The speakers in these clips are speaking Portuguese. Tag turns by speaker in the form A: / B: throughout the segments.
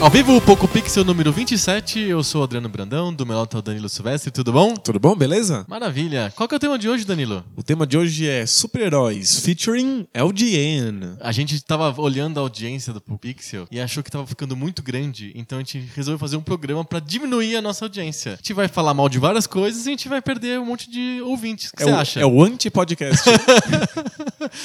A: Ao vivo, o Poco Pixel número 27, eu sou o Adriano Brandão, do meu lado tá o Danilo Silvestre, tudo bom?
B: Tudo bom, beleza?
A: Maravilha! Qual que é o tema de hoje, Danilo?
B: O tema de hoje é super-heróis featuring LGN.
A: A gente tava olhando a audiência do Poco Pixel e achou que tava ficando muito grande, então a gente resolveu fazer um programa pra diminuir a nossa audiência. A gente vai falar mal de várias coisas e a gente vai perder um monte de ouvintes. O que
B: é
A: você
B: o,
A: acha?
B: É o anti-podcast.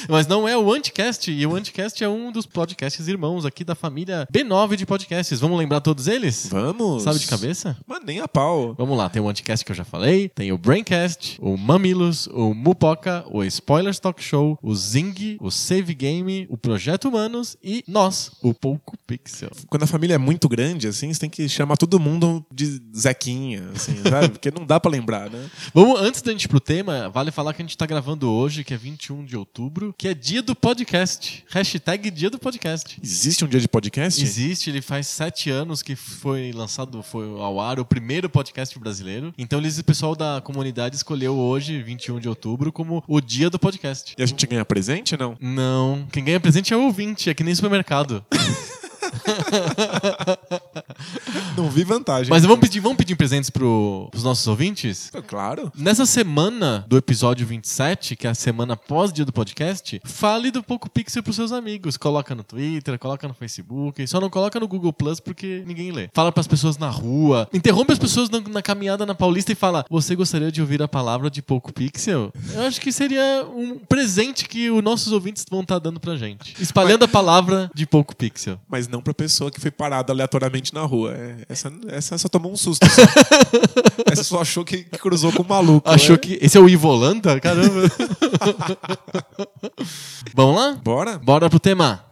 A: Mas não é o Anticast, e o Anticast é um dos podcasts irmãos aqui da família B9 de podcasts. Vamos lembrar todos eles?
B: Vamos.
A: Sabe de cabeça?
B: Mas nem a pau.
A: Vamos lá, tem o Anticast que eu já falei, tem o Braincast, o Mamilos, o Mupoca, o Spoilers Talk Show, o Zing, o Save Game, o Projeto Humanos e nós, o Pouco Pixel.
B: Quando a família é muito grande, assim, você tem que chamar todo mundo de Zequinha, assim, sabe? Porque não dá pra lembrar, né?
A: Vamos, antes da gente ir pro tema, vale falar que a gente tá gravando hoje, que é 21 de outubro, que é dia do podcast. Hashtag dia do podcast.
B: Existe um dia de podcast?
A: Existe, ele faz sete anos que foi lançado, foi ao ar, o primeiro podcast brasileiro. Então eles, o pessoal da comunidade escolheu hoje, 21 de outubro, como o dia do podcast.
B: E a gente ganha presente, não?
A: Não, quem ganha presente é o ouvinte, é que nem supermercado.
B: Não vi vantagem.
A: Mas vamos pedir, vamos pedir presentes pro, pros nossos ouvintes?
B: Claro.
A: Nessa semana do episódio 27, que é a semana pós dia do podcast, fale do Poco Pixel pros seus amigos. Coloca no Twitter, coloca no Facebook, só não coloca no Google Plus porque ninguém lê. Fala pras pessoas na rua, interrompe as pessoas na, na caminhada na Paulista e fala: "Você gostaria de ouvir a palavra de Poco Pixel?" Eu acho que seria um presente que os nossos ouvintes vão estar dando pra gente. Espalhando a palavra de Poco Pixel.
B: Mas não pra pessoa que foi parada aleatoriamente na rua. É, essa, essa só tomou um susto. Só. essa só achou que, que cruzou com um maluco.
A: Achou
B: né?
A: que esse é o Ivolanda? Caramba. Vamos lá?
B: Bora?
A: Bora pro tema.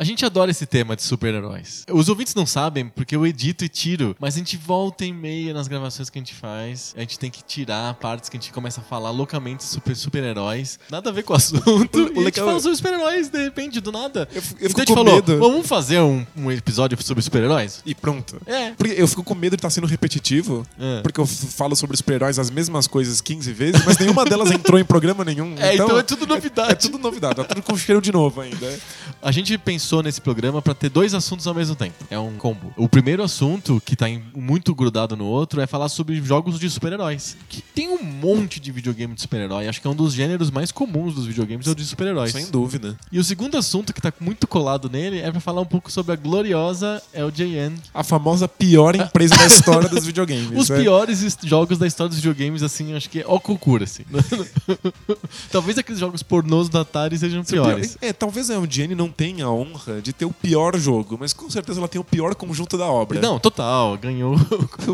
A: A gente adora esse tema de super-heróis. Os ouvintes não sabem, porque eu edito e tiro, mas a gente volta e meia nas gravações que a gente faz. A gente tem que tirar partes que a gente começa a falar loucamente sobre super-heróis. Nada a ver com o assunto.
B: O
A: e a gente
B: legal- é
A: fala sobre super-heróis, de repente, do nada.
B: Eu, f- eu
A: então a
B: fico
A: gente
B: com
A: falou,
B: medo.
A: vamos fazer um, um episódio sobre super-heróis?
B: E pronto.
A: É.
B: Porque eu fico com medo de estar sendo repetitivo,
A: É.
B: porque eu f- falo sobre super-heróis as mesmas coisas 15 vezes, mas nenhuma delas entrou em programa nenhum.
A: É, então, é tudo novidade.
B: é tudo novidade, tá tudo com cheiro de novo ainda.
A: A gente pensou nesse programa pra ter dois assuntos ao mesmo tempo. É um combo. O primeiro assunto, que tá em- muito grudado no outro, é falar sobre jogos de super-heróis. Que tem um monte de videogame de super-herói. Acho que é um dos gêneros mais comuns dos videogames, é o de super-heróis.
B: Sem dúvida.
A: E o segundo assunto, que tá muito colado nele, é pra falar um pouco sobre a gloriosa LJN.
B: A famosa pior empresa da história dos videogames.
A: Os
B: né?
A: piores est- jogos da história dos videogames, assim, acho que é ó cocura, assim. Talvez aqueles jogos pornôs da Atari sejam
B: Pior-
A: piores.
B: É, talvez a Eugene não tenha a honra de ter o pior jogo, mas com certeza ela tem o pior conjunto da obra.
A: Não, total, ganhou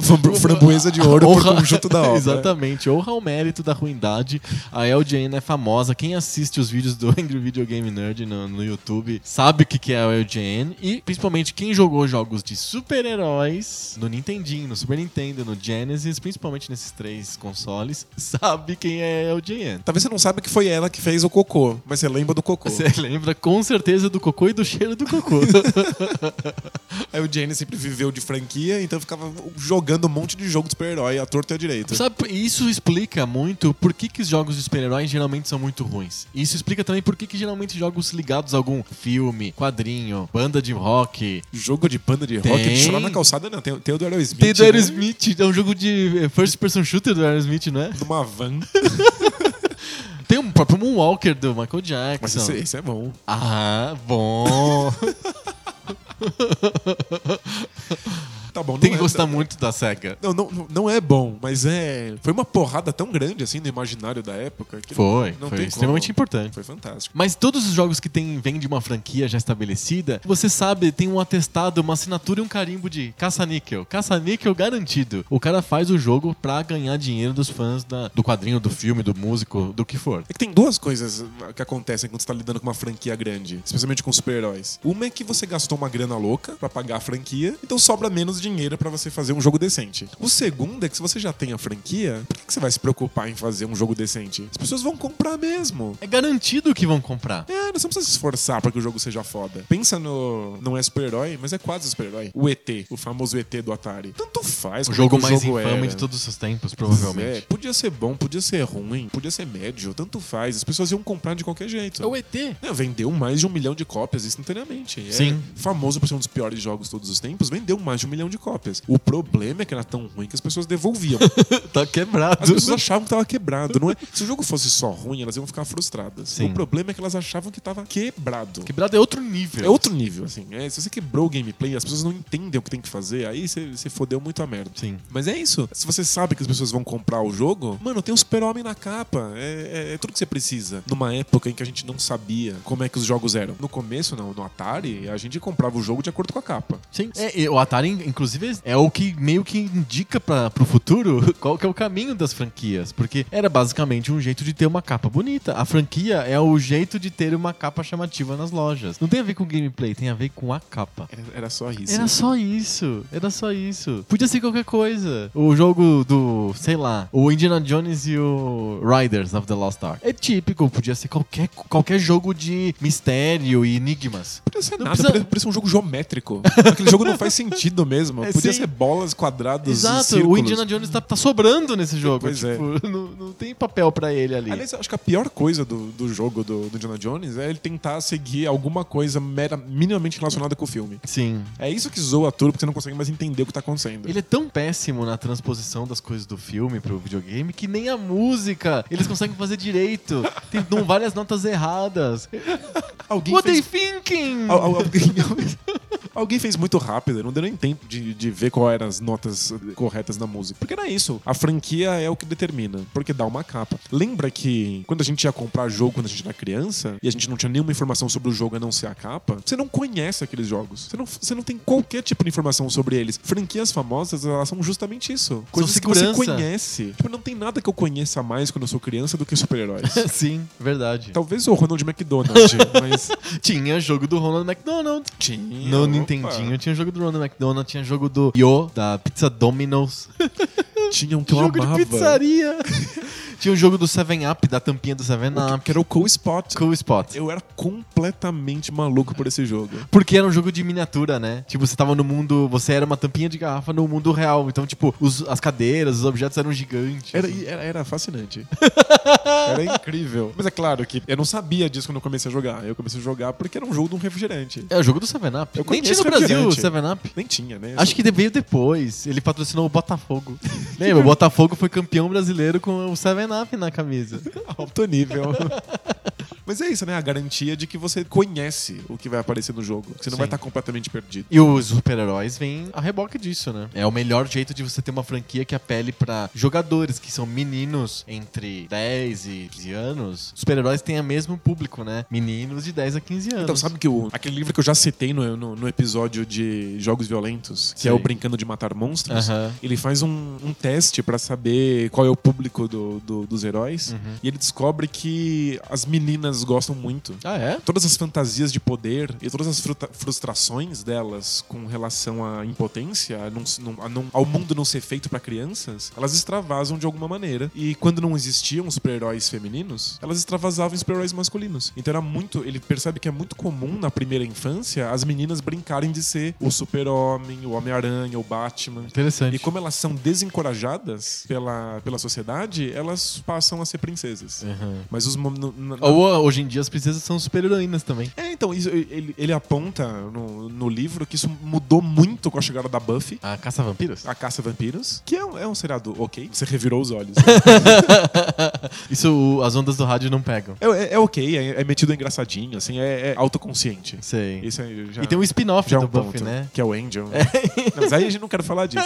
B: Fram- Framboesa de ouro por conjunto da obra.
A: Exatamente. Honra o mérito da ruindade. A LJN é famosa. Quem assiste os vídeos do Angry Video Game Nerd no, no YouTube sabe o que que é a LJN. E, principalmente, quem jogou jogos de super-heróis no Nintendinho, no Super Nintendo, no Genesis, principalmente nesses três consoles, sabe quem é a LJN.
B: Talvez você não saiba que foi ela que fez o cocô, mas você lembra do cocô.
A: Você lembra com certeza do cocô e do cheiro do cocô.
B: A Eugene sempre viveu de franquia, então ficava jogando um monte de jogo de super-herói à torta e à direita.
A: Sabe, isso explica muito por que, que os jogos de super-heróis geralmente são muito ruins. E Isso explica também por que, que geralmente jogos ligados a algum filme, quadrinho, banda de rock.
B: Jogo de banda de rock, de chorar na calçada não, tem, tem o do Aerosmith.
A: Tem do
B: né?
A: Aerosmith, é um jogo de eh, first person shooter do Aerosmith, não é?
B: Numa van.
A: Tem um próprio Moonwalker do Michael Jackson.
B: Mas esse, esse é bom.
A: Ah, bom.
B: Tá bom, não
A: Tem
B: é
A: gostar muito da SEGA.
B: Não, não, não é bom, mas é. Foi uma porrada tão grande assim no imaginário da época que
A: Foi,
B: não, não
A: foi
B: tem
A: extremamente
B: como.
A: importante.
B: Foi fantástico.
A: Mas todos os jogos que tem, vem de uma franquia já estabelecida, você sabe, tem um atestado, uma assinatura e um carimbo de caça-níquel. Caça-níquel garantido. O cara faz o jogo pra ganhar dinheiro dos fãs da- do quadrinho, do filme, do músico, do que for.
B: É que tem duas coisas que acontecem quando você tá lidando com uma franquia grande, especialmente com super-heróis. Uma é que você gastou uma grana louca pra pagar a franquia, então sobra menos dinheiro pra você fazer um jogo decente. O segundo é que se você já tem a franquia, por que, que você vai se preocupar em fazer um jogo decente? As pessoas vão comprar mesmo.
A: É garantido que vão comprar.
B: É, você não precisa se esforçar pra que o jogo seja foda. Pensa no. Não é super-herói, mas é quase super-herói. O ET, o famoso ET do Atari. Tanto faz
A: O
B: como
A: jogo
B: que
A: mais
B: jogo
A: infame
B: era.
A: de todos os tempos,
B: É,
A: provavelmente.
B: podia ser bom, podia ser ruim, podia ser médio, tanto faz. As pessoas iam comprar de qualquer jeito.
A: É o ET.
B: É, vendeu mais de um milhão de cópias instantaneamente. É
A: Sim.
B: famoso por ser um dos piores jogos de todos os tempos, vendeu mais de um milhão de cópias. O problema é que era tão ruim que as pessoas devolviam.
A: Tá
B: As
A: quebrado.
B: pessoas achavam que tava quebrado, não é? Se o jogo fosse só ruim, elas iam ficar frustradas.
A: Sim.
B: O problema é que elas achavam que tava quebrado.
A: Quebrado é outro nível.
B: É outro nível, assim. É, se você quebrou o gameplay, as pessoas não entendem o que tem que fazer, aí você você fodeu muito a merda.
A: Sim.
B: Mas é isso. Se você sabe que as pessoas vão comprar o jogo, mano, tem um super-homem na capa. É, é- é tudo que você precisa. Numa época em que a gente não sabia como é que os jogos eram. No começo, não, no Atari, a gente comprava o jogo de acordo com a capa.
A: Sim. É, e o Atari, inclusive, é o que meio que indica para pro futuro qual que é o caminho das franquias. Porque era basicamente um jeito de ter uma capa bonita. A franquia é o jeito de ter uma capa chamativa nas lojas. Não tem a ver com gameplay, tem a ver com a capa.
B: Era- É, Era só isso.
A: Era só isso, era só isso. Podia ser qualquer coisa. O jogo do, sei lá, o Indiana Jones e o Riders of the Lost Ark. É típico, podia ser qualquer, qualquer jogo de mistério e enigmas.
B: Não podia ser
A: Não
B: nada,
A: precisa-
B: podia- podia ser um jogo geométrico. Aquele jogo não faz sentido mesmo.
A: É,
B: podia
A: sim.
B: ser bolas, quadrados, e
A: Exato, o
B: círculos.
A: Indiana Jones tá, tá sobrando nesse jogo.
B: Pois é.
A: tipo, não, não tem papel pra ele ali.
B: Aliás, eu acho que a pior coisa do, do jogo do, do Indiana Jones é ele tentar seguir alguma coisa mera, minimamente relacionada com o filme.
A: Sim.
B: É isso que zoa tudo, porque você não consegue mais entender o que tá acontecendo.
A: Ele é tão péssimo na transposição das coisas do filme pro videogame que nem a música eles conseguem fazer direito. Tem dão várias notas erradas.
B: Alguém
A: What they
B: fez...
A: thinking?
B: Al- al- alguém... alguém fez muito rápido, não deu nem tempo de, de ver qual eram as notas corretas na música. Porque era isso. A franquia é o que determina, porque dá uma capa. Lembra que quando a gente ia comprar jogo quando a gente era criança, e a gente não tinha nenhuma informação sobre o jogo a não ser a capa, você não conhece aqueles jogos. Você não, você não tem qualquer tipo de informação sobre eles. Franquias famosas, elas são justamente isso. Coisas que você
A: segurança.
B: conhece. Tipo, não tem nada que eu conheça mais quando eu sou criança do que super-heróis.
A: Sim, verdade.
B: Talvez o Ronald McDonald, mas.
A: Tinha jogo do Ronald McDonald.
B: Tinha.
A: No
B: opa.
A: Nintendinho tinha jogo do Ronald McDonald, tinha jogo do Yo, da Pizza Domino's.
B: Tinha um que eu
A: jogo
B: amava.
A: de pizzaria. tinha o jogo do 7-Up, da tampinha do 7-Up.
B: Que era o Cool Spot.
A: Cool é Spot.
B: Eu era completamente maluco por esse jogo.
A: Porque era um jogo de miniatura, né? Tipo, você tava no mundo. Você era uma tampinha de garrafa no mundo real. Então, tipo, os- as cadeiras, os objetos eram gigantes.
B: Era, era, era fascinante. era incrível. Mas é claro que eu não sabia disso quando eu comecei a jogar. Eu comecei a jogar porque era um jogo de um refrigerante.
A: É o jogo do 7-Up. Nem tinha
B: Eu conheço
A: no Brasil o
B: refrigerante.
A: 7-Up.
B: Nem tinha, né?
A: Acho que veio depois. Ele patrocinou o Botafogo. Lembra? O Botafogo foi campeão brasileiro com o 7-Up na camisa.
B: alto nível. Mas é isso, né? A garantia de que você conhece o que vai aparecer no jogo. Que você não
A: Sim.
B: vai estar completamente perdido.
A: E os super-heróis vêm a reboque disso, né? É o melhor jeito de você ter uma franquia que apele pra jogadores que são meninos entre 10 e 15 anos. Super-heróis têm o mesmo público, né? Meninos de 10 a 15 anos.
B: Então, sabe que o, aquele livro que eu já citei no, no, no episódio de Jogos Violentos, que
A: Sei.
B: é o Brincando de Matar Monstros,
A: Aham.
B: ele faz um, um teste pra saber qual é o público do, do- dos heróis.
A: Uhum.
B: E ele descobre que as meninas gostam muito.
A: Ah, é?
B: Todas as fantasias de poder e todas as fruta- frustrações delas com relação à impotência, a não s- não- a não- ao mundo não ser feito pra crianças, elas extravasam de alguma maneira. E quando não existiam super-heróis femininos, elas extravasavam em super-heróis masculinos. Então era muito. Ele percebe que é muito comum na primeira infância as meninas brincarem de ser o super-homem, o Homem-Aranha, o Batman.
A: Interessante.
B: E como elas são desencorajadas pela, pela sociedade, elas passam a ser princesas.
A: Aham.
B: Mas os. mom- no- na-
A: Ou, ou hoje em dia as princesas são super heroínas também.
B: É, então, isso- ele, ele aponta no, no livro que isso mudou muito com a chegada da Buffy,
A: A caça-vampiros?
B: a Caça a Vampiros, que é um, é um seriado ok. Você revirou os olhos. né?
A: Isso o- as ondas do rádio não pegam.
B: é, é- é ok, é, é metido engraçadinho, assim, é, é autoconsciente.
A: Sei.
B: Isso aí já...
A: E tem um spin-off
B: já é
A: do
B: um
A: Buffy,
B: ponto,
A: né?
B: Que é o Angel. Não, mas aí a gente não quer falar disso.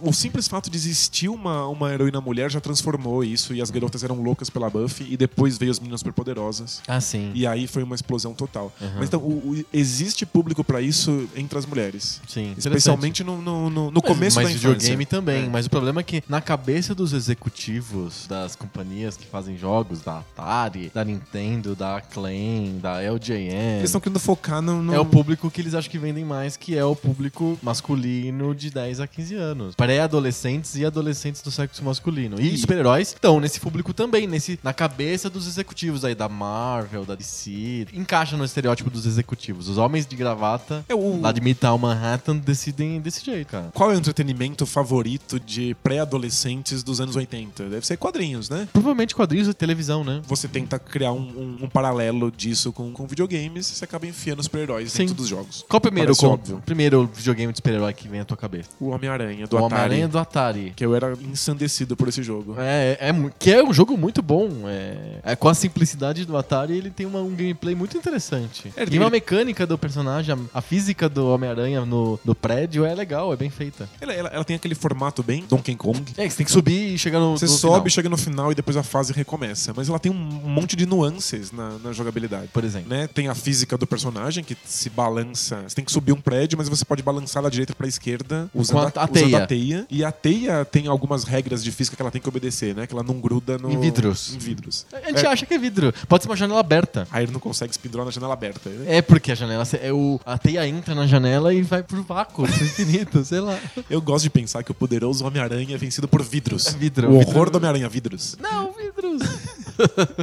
B: O simples fato de existir uma, uma heroína mulher já transformou isso, e as garotas eram loucas pela Buffy, e depois veio as meninas superpoderosas.
A: Ah, sim.
B: E aí foi uma explosão total. Mas então, o- o- existe público pra isso entre as mulheres.
A: Sim, interessante.
B: Especialmente no, no, no- no começo
A: mas
B: da infância.
A: videogame também.
B: É.
A: Mas o problema é que na cabeça dos executivos das companhias que fazem jogos, da Atari, da Nintendo, da Acclaim, da LJN...
B: Eles estão querendo focar no... no-
A: É o público que eles acham que vendem mais, que é o público masculino de 10 a 15 anos. Pré-adolescentes e adolescentes do sexo masculino. E,
B: E-
A: super-heróis estão nesse público também, nesse na cabeça dos executivos aí, da Marvel, da DC. Encaixa no estereótipo dos executivos. Os homens de gravata,
B: É o-
A: lá de Midtown Manhattan, decidem desse jeito, cara.
B: Qual é o entretenimento favorito de pré-adolescentes dos anos 80? Deve ser quadrinhos, né?
A: Provavelmente quadrinhos e televisão, né?
B: Você tenta criar um, um- um paralelo disso com, com videogames, você acaba enfiando super-heróis
A: Sim.
B: dentro dos jogos.
A: Qual o primeiro,
B: Parece
A: con-
B: óbvio.
A: primeiro videogame de super-herói que vem à tua cabeça?
B: O Homem-Aranha, do
A: o
B: Atari.
A: Homem-Aranha do Atari.
B: Que eu era ensandecido por esse jogo.
A: É, é mu- que é um jogo muito bom. É, é, com a simplicidade do Atari, ele tem uma- um gameplay muito interessante.
B: É, ele-
A: e uma mecânica do personagem, a, a física do Homem-Aranha no do prédio é legal, é bem feita.
B: Ela, ela- ela tem aquele formato bem Donkey Kong.
A: É, que você tem que subir e chegar no.
B: Você
A: no
B: sobe,
A: final,
B: chega no final e depois a fase recomeça. Mas ela tem um monte de nuances na, na jogabilidade.
A: por exemplo.
B: Né? Tem a física do personagem que se balança. Você tem que subir um prédio, mas você pode balançar da direita pra esquerda usando,
A: Com
B: a,
A: a- a
B: usando
A: teia.
B: a teia. E a teia tem algumas regras de física que ela tem que obedecer, né? Que ela não gruda no,
A: Em vidros.
B: Em vidros.
A: A gente
B: É.
A: acha que é vidro. Pode ser uma janela aberta.
B: Aí ele não consegue se pendurar na janela aberta. né?
A: É porque a janela. É o, a teia entra na janela e vai pro vácuo, pro infinito, sei lá.
B: Eu gosto de pensar que o poderoso Homem-Aranha é vencido por vidros.
A: É vidro,
B: o horror
A: vidro.
B: do Homem-Aranha, vidros.
A: Não, vidros.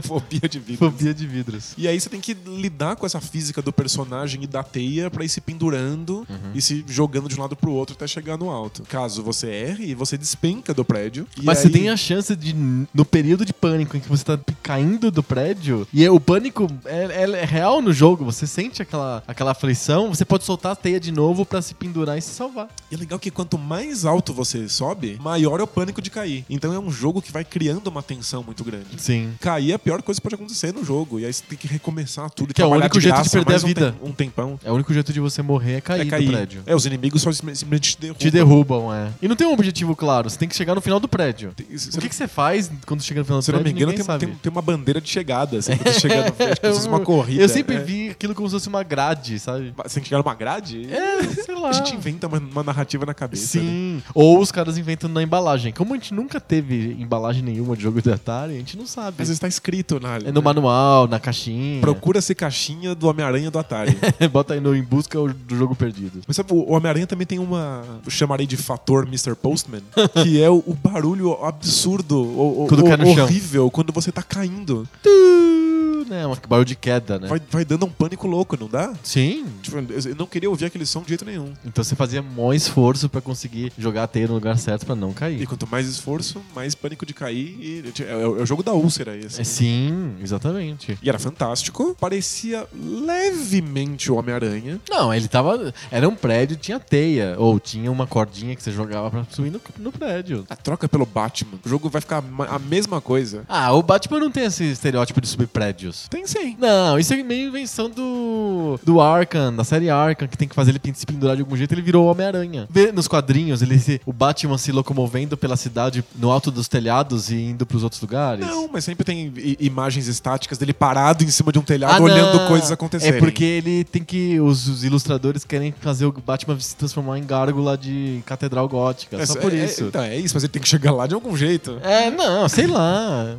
B: Fobia de vidros.
A: Fobia de vidros.
B: E aí você tem que lidar com essa física do personagem e da teia pra ir se pendurando
A: Uhum.
B: e se jogando de um lado pro outro até chegar no alto. Caso você erre, você despenca do prédio. e
A: Mas
B: aí-
A: você tem a chance de, no período de pânico em que você tá caindo do prédio, e é- o pânico é, é- é real no jogo, você sente aquela, aquela aflição, você pode soltar a teia de novo pra se pendurar e se salvar.
B: E é legal que quanto mais alto você sobe, maior é o pânico de cair. Então é um jogo que vai criando uma tensão muito grande.
A: Sim.
B: Cair é a pior coisa que pode acontecer no jogo. E aí você tem que recomeçar tudo. e
A: Que é o
B: trabalhar
A: único jeito de
B: graça
A: perder
B: mais
A: a
B: um
A: vida.
B: tem- Um tempão.
A: É o único jeito de você morrer é cair,
B: é cair.
A: do prédio.
B: É, um- os inimigos só simplesmente te derrubam.
A: Te derrubam, é. E não tem um objetivo claro, você tem que chegar no final do prédio.
B: Tem- se-
A: O que, que você faz quando chega no final do
B: Se eu não
A: prédio?
B: me engano,
A: Ninguém
B: tem, um-
A: sabe. É,
B: tem- tem uma bandeira de chegada, assim, quando você chega no acho que como se fosse uma corrida.
A: Eu sempre
B: é.
A: vi aquilo como se fosse uma grade, sabe?
B: Você tem que chegar numa grade?
A: É, sei lá.
B: A gente inventa uma, uma narrativa na cabeça. né?
A: Sim. Ou os caras inventam na embalagem. Como a gente nunca teve embalagem nenhuma de jogo de Atari, a gente não sabe.
B: Às vezes tá escrito na.
A: É no manual, na caixinha.
B: Procura ser caixinha do Homem-Aranha do Atari.
A: Bota aí no Em Busca do Jogo Perdido.
B: Mas sabe, o Homem-Aranha também tem uma. Eu chamarei de fator Mr. Postman, que é o, o barulho absurdo, o, o-
A: Quando
B: o-
A: cai no chão.
B: horrível, quando você tá caindo.
A: Tu, né? Um barulho de queda, né?
B: Vai, vai dando um pânico louco, não dá?
A: Sim.
B: Tipo, eu não queria ouvir aquele som de jeito nenhum.
A: Então você fazia mó esforço pra conseguir jogar a teia no lugar certo pra não
B: E
A: cair.
B: quanto mais esforço, mais pânico de cair. E, é, é o jogo da úlcera esse.
A: É, sim, exatamente.
B: E era fantástico. Parecia levemente o Homem-Aranha.
A: Não, ele tava. Era um prédio, tinha teia. Ou tinha uma cordinha que você jogava pra subir no, no prédio.
B: A troca pelo Batman. O jogo vai ficar ma- a mesma coisa.
A: Ah, o Batman não tem esse estereótipo de subir prédios.
B: Tem sim.
A: Não, isso é meio invenção do, do Arkham, da série Arkham, que tem que fazer ele pin- se pendurar de algum jeito, ele virou o Homem-Aranha. Vê nos quadrinhos ele se- o Batman se locomovendo pela cidade no alto dos telhados e indo pros outros lugares.
B: Não, mas sempre tem i- imagens estáticas dele parado em cima de um telhado
A: Ah, não.
B: olhando coisas acontecerem.
A: É porque ele tem que. Os, os ilustradores querem fazer o Batman se transformar em gárgula de catedral gótica.
B: É,
A: só por
B: é- é-
A: isso.
B: então, é isso, mas ele tem que chegar lá de algum jeito.
A: É, não, sei lá.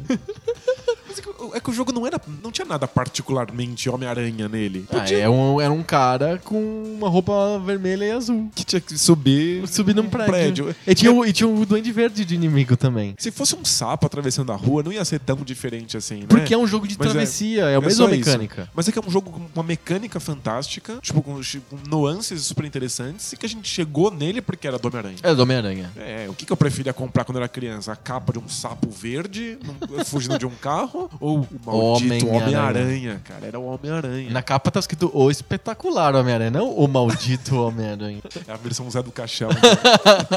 B: Mas é, que, o- é que o jogo não era. não tinha nada particularmente Homem-Aranha nele.
A: Ah, é um, era um cara com uma roupa vermelha e azul.
B: Que tinha que subir.
A: Subir num
B: um
A: É. prédio. E tinha, o, e tinha o Duende Verde de inimigo também.
B: Se fosse um sapo atravessando a rua, não ia ser tão diferente assim, né?
A: Porque é um jogo de
B: Mas é-
A: travessia, é, a
B: é
A: mesma
B: só isso.
A: mecânica.
B: Mas é que é um jogo com uma mecânica fantástica, tipo, com, com nuances super interessantes, e que a gente chegou nele porque era do Homem-Aranha.
A: É do Homem-Aranha.
B: É, o que, que eu preferia comprar quando era criança? A capa de um sapo verde, num- fugindo de um carro? Ou ou o maldito
A: Homem-Aranha.
B: Homem-Aranha, cara. Era o Homem-Aranha.
A: Na capa tá escrito O Espetacular Homem-Aranha, não O Maldito Homem-Aranha.
B: É a versão Zé do Caixão. né?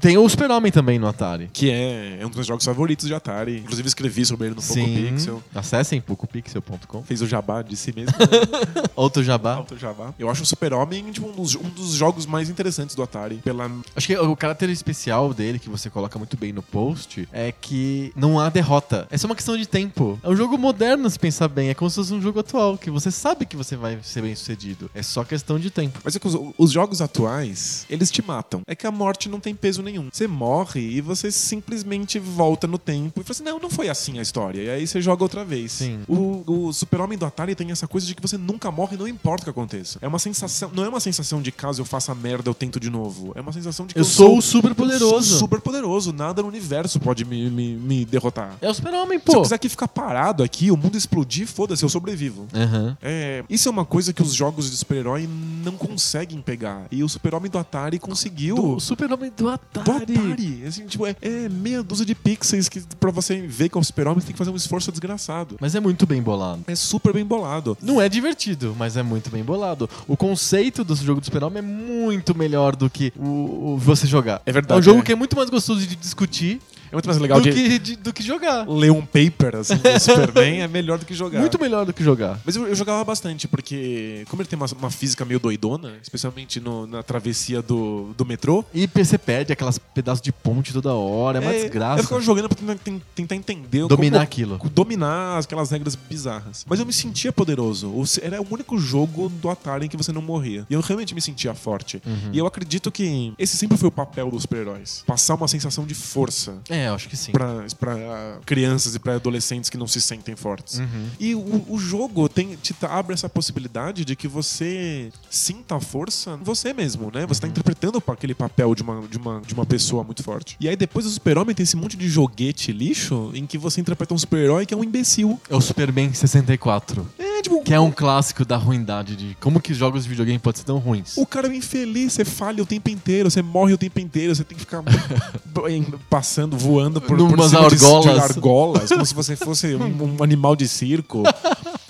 A: Tem o Super-Homem também no Atari.
B: que é, é um dos meus jogos favoritos de Atari. Inclusive escrevi sobre ele no PocoPixel.
A: Acessem PocoPixel.com.
B: Fez o jabá de si mesmo.
A: Outro jabá.
B: Alto Jabá. Eu acho o Super-Homem tipo, um, dos, um dos jogos mais interessantes do Atari. Pela...
A: Acho que o caráter especial dele, que você coloca muito bem no post, é que não há derrota. É só uma questão de tempo. É um jogo moderno, se pensar bem. É como se fosse um jogo atual, que você sabe que você vai ser bem sucedido. É só questão de tempo.
B: Mas é que os, os jogos atuais, eles te matam. É que a morte não tem peso nenhum. Você morre e você simplesmente volta no tempo e fala assim: não, não foi assim a história. E aí você joga outra vez.
A: Sim.
B: O, o Super-Homem do Atari tem essa coisa de que você nunca morre, não importa o que aconteça. É uma sensação. Não é uma sensação de caso eu faça merda, eu tento de novo. É uma sensação de que
A: Eu
B: eu,
A: sou o superpoderoso.
B: eu sou Super poderoso. Nada no universo pode me, me, me derrotar.
A: É o Super-Homem,
B: Se eu
A: pô.
B: quiser aqui ficar parado aqui, o mundo explodir, foda-se, eu sobrevivo.
A: Aham.
B: É, isso é uma coisa que os jogos de super-herói não conseguem pegar. E o super-homem do Atari conseguiu.
A: Do- O Super-Homem do
B: Do
A: Atari.
B: Atari. Assim, tipo, é, é meia dúzia de pixels que pra você ver que é o super-homem você tem que fazer um esforço desgraçado.
A: Mas é muito bem bolado.
B: É super bem bolado.
A: Não é divertido, mas é muito bem bolado. O conceito do jogo do Super-Homem é muito melhor do que o, o você jogar.
B: É verdade,
A: É um jogo
B: é.
A: que é muito mais gostoso de discutir
B: É muito mais legal
A: do,
B: de
A: que, de- do que jogar.
B: ler um paper assim, do Superman, é melhor do que jogar.
A: Muito melhor do que jogar.
B: Mas eu, eu jogava bastante, porque como ele tem uma, uma física meio doidona, especialmente no- na travessia do, do metrô,
A: E você perde aquelas pedaços de ponte toda hora, é uma
B: Eu
A: desgraça.
B: ficava jogando pra tentar, ten- tentar entender
A: Dominar
B: como-
A: aquilo.
B: Dominar aquelas regras bizarras. Mas eu me sentia poderoso. Ou se- Era o único jogo do Atari em que você não morria. E eu realmente me sentia forte.
A: Uhum.
B: E eu acredito que esse sempre foi o papel dos super-heróis: passar uma sensação de força.
A: É, eu acho que sim.
B: Pra, pra crianças e pra adolescentes que não se sentem fortes.
A: Uhum.
B: E o, o jogo tem, te tá- abre essa possibilidade de que você sinta a força em você mesmo, né?
A: Uhum.
B: Você tá interpretando pa- aquele papel de uma, de, uma, de uma pessoa muito forte. E aí depois o super-homem tem esse monte de joguete lixo em que você interpreta um super-herói que é um imbecil.
A: É o Superman 64,
B: É, tipo,
A: que é um clássico da ruindade de como que jogos de videogame podem ser tão ruins.
B: o cara é um infeliz, você falha o tempo inteiro, você morre o tempo inteiro, você tem que ficar em- passando, voando por, por
A: Numas
B: cima de- De,
A: argolas.
B: argolas, como se você fosse um, um animal de circo.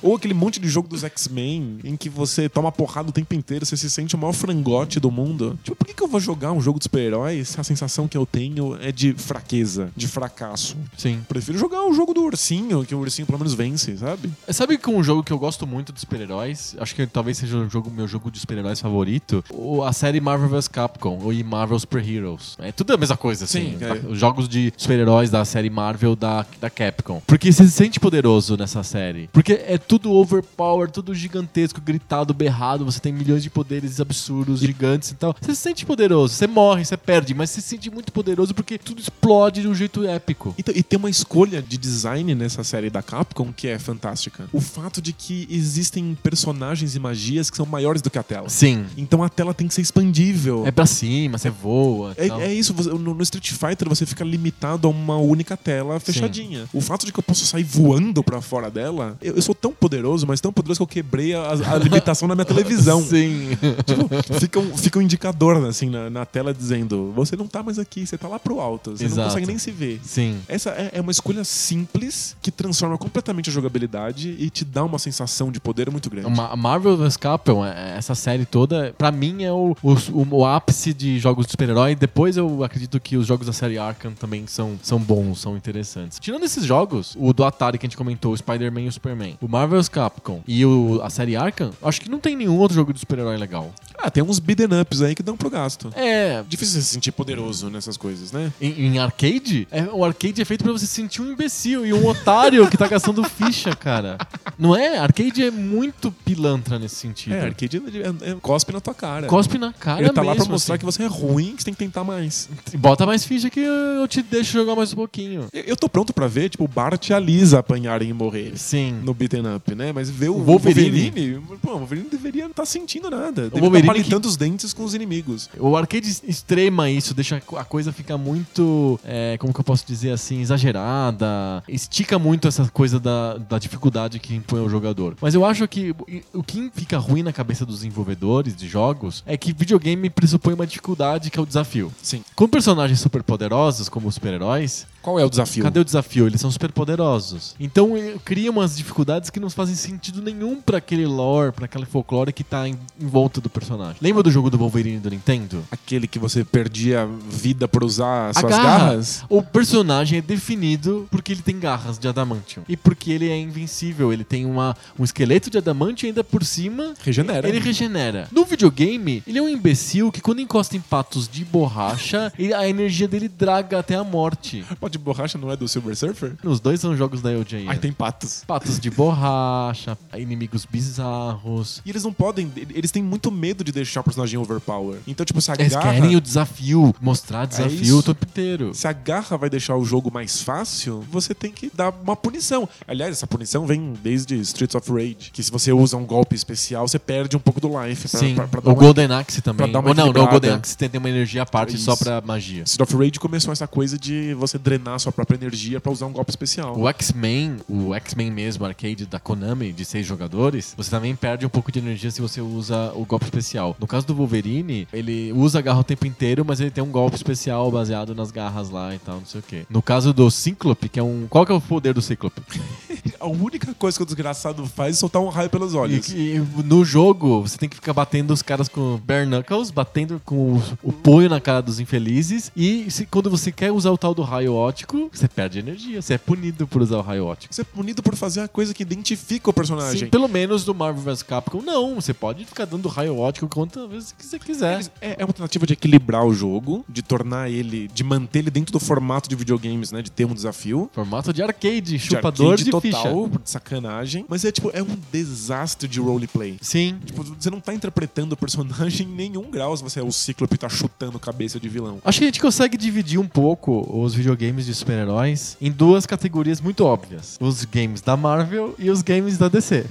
B: Ou aquele monte de jogo dos X-Men em que você toma porrada o tempo inteiro, você se sente o maior frangote do mundo. Tipo, por que, que eu vou jogar um jogo de super-heróis se a sensação que eu tenho é de fraqueza, de fracasso?
A: Sim.
B: Prefiro jogar o jogo do ursinho, que o ursinho pelo menos vence, sabe?
A: Sabe que um jogo que eu gosto muito de super-heróis, acho que talvez seja o jogo, meu jogo de super-heróis favorito, o- a série Marvel vs Capcom, ou e Marvel Super Heroes. É tudo a mesma coisa, assim.
B: Sim, é.
A: Os jogos de super-heróis da série Marvel da, da Capcom. Porque você se sente poderoso nessa série. Porque é tudo overpower, tudo gigantesco, gritado, berrado, você tem milhões de poderes absurdos, gigantes e tal. Você se sente poderoso, você morre, você perde, mas você se sente muito poderoso porque tudo explode de um jeito épico.
B: Então, e tem uma escolha de design nessa série da Capcom que é fantástica. O fato de que existem personagens e magias que são maiores do que a tela.
A: Sim.
B: Então a tela tem que ser expandível.
A: É pra cima, você voa. então.
B: É,
A: tal.
B: é isso, você- no, no Street Fighter você fica limitado a uma única tela fechadinha. O fato de que eu posso sair voando pra fora dela, eu, eu sou tão poderoso, mas tão poderoso que eu quebrei a, a limitação na minha televisão.
A: Sim.
B: Fica um, fica um indicador assim na, na tela dizendo: você não tá mais aqui, você tá lá pro alto, você não
A: Exato.
B: consegue nem se ver.
A: Sim.
B: Essa é é uma escolha simples que transforma completamente a jogabilidade e te dá uma sensação de poder muito grande.
A: Ma Marvel vs. Capcom, é- essa série toda, pra mim é o, o, o ápice de jogos de super-herói. Depois eu acredito que os jogos da série Arkham também são, são bons, são interessantes. Tirando esses jogos, o do Atari que a gente comentou, o Spider-Man e o Superman, o Marvel vs. Capcom e o, a série Arkham, acho que não tem nenhum outro jogo de super-herói legal.
B: Ah, tem uns beaten ups aí que dão pro gasto.
A: É.
B: Difícil você se sentir poderoso nessas coisas, né?
A: Em, em arcade? É, o arcade é feito pra você se sentir um imbecil e um otário que tá gastando ficha, cara. Não é? Arcade é muito pilantra nesse sentido.
B: É, arcade é, é- cospe na tua cara.
A: Uhum. Cospe na cara
B: Ele tá
A: mesmo,
B: lá pra mostrar
A: assim.
B: que você é ruim, que você tem que tentar mais.
A: Bota mais ficha que eu te deixo jogar mais um pouquinho.
B: Eu, eu tô pronto pra ver, tipo, o Bart e a Lisa apanharem e morrerem
A: Sim.
B: no beaten up, né? Mas ver o,
A: O Wolverine.
B: Wolverine, pô, o Wolverine não deveria não estar sentindo nada. Deve
A: o Wolverine ele que-
B: palitando os dentes com os inimigos.
A: O arcade extrema isso, deixa a coisa ficar muito, é, como que eu posso dizer assim, exagerada, estica muito essa coisa da, da dificuldade que impõe ao jogador. Mas eu acho que o que fica ruim na cabeça dos desenvolvedores de jogos é que videogame pressupõe uma dificuldade que é o desafio.
B: Sim.
A: Com personagens super poderosos, como os super-heróis,
B: Qual é o desafio?
A: Cadê o desafio? Eles são super poderosos. Então eh, cria umas dificuldades que não fazem sentido nenhum pra aquele lore, pra aquele folclore que tá em, em volta do personagem. Lembra do jogo do Wolverine do Nintendo?
B: Aquele que você perdia vida por usar as
A: A
B: suas
A: garra.
B: garras?
A: O personagem é definido porque ele tem garras de adamantium e porque ele é invencível. Ele tem uma, um esqueleto de adamantium e ainda por cima
B: Regenera.
A: ele regenera. No videogame, ele é um imbecil que quando encosta em patos de borracha, ele- a energia dele draga até a morte.
B: Pô, de borracha não é do Silver Surfer?
A: Os dois são jogos da LJ.
B: Aí tem patos.
A: Patos de borracha, inimigos bizarros.
B: E eles não podem, eles têm muito medo de deixar o personagem overpower. Então, tipo, se a
A: Eles
B: garra,
A: querem o desafio, mostrar desafio
B: É isso.
A: o tempo inteiro.
B: se a garra vai deixar o jogo mais fácil, você tem que dar uma punição. Aliás, essa punição vem desde Streets of Rage, que se você usa um golpe especial, você perde um pouco do life. pra-
A: Sim,
B: pra- pra dar
A: o
B: uma-
A: Golden Axe também.
B: pra dar uma
A: Ou não, não, o
B: equilibrada. É
A: Golden Axe tem tem uma energia à parte
B: Isso.
A: só pra magia.
B: Street of Rage começou essa coisa de você drenar sua própria energia pra usar um golpe especial.
A: O X-Men, o X-Men mesmo, arcade da Konami, de seis jogadores, você também perde um pouco de energia se você usa o golpe especial. No caso do Wolverine, ele usa a garra o tempo inteiro, mas ele tem um golpe especial baseado nas garras lá e tal, não sei o quê. No caso do Cíclope, que é um... Qual que é o poder do Cíclope?
B: A única coisa que o desgraçado faz é soltar um raio pelos
A: E,
B: olhos.
A: que- e no jogo, você tem que ficar batendo os caras com bare knuckles, batendo com o, o punho na cara dos infelizes. E se- quando você quer usar o tal do raio ótico, você perde energia. Você é punido por usar o raio ótico.
B: Você é punido por fazer a coisa que identifica o personagem.
A: Sim, pelo menos do Marvel vs Capcom, não. Você pode ficar dando raio ótico quantas vezes que você quiser.
B: Eles- É, é uma tentativa de equilibrar o jogo, de tornar ele, de manter ele dentro do formato de videogames, né? De ter um desafio.
A: Formato de arcade, chupador de,
B: arcade
A: ficha.
B: total, sacanagem. Mas é tipo, é um desastre de roleplay.
A: Sim.
B: Tipo, você não tá interpretando o personagem em nenhum grau se você é o Cíclope e tá chutando cabeça de vilão.
A: Acho que a gente consegue dividir um pouco os videogames de super-heróis em duas categorias muito óbvias: os games da Marvel e os games da DC.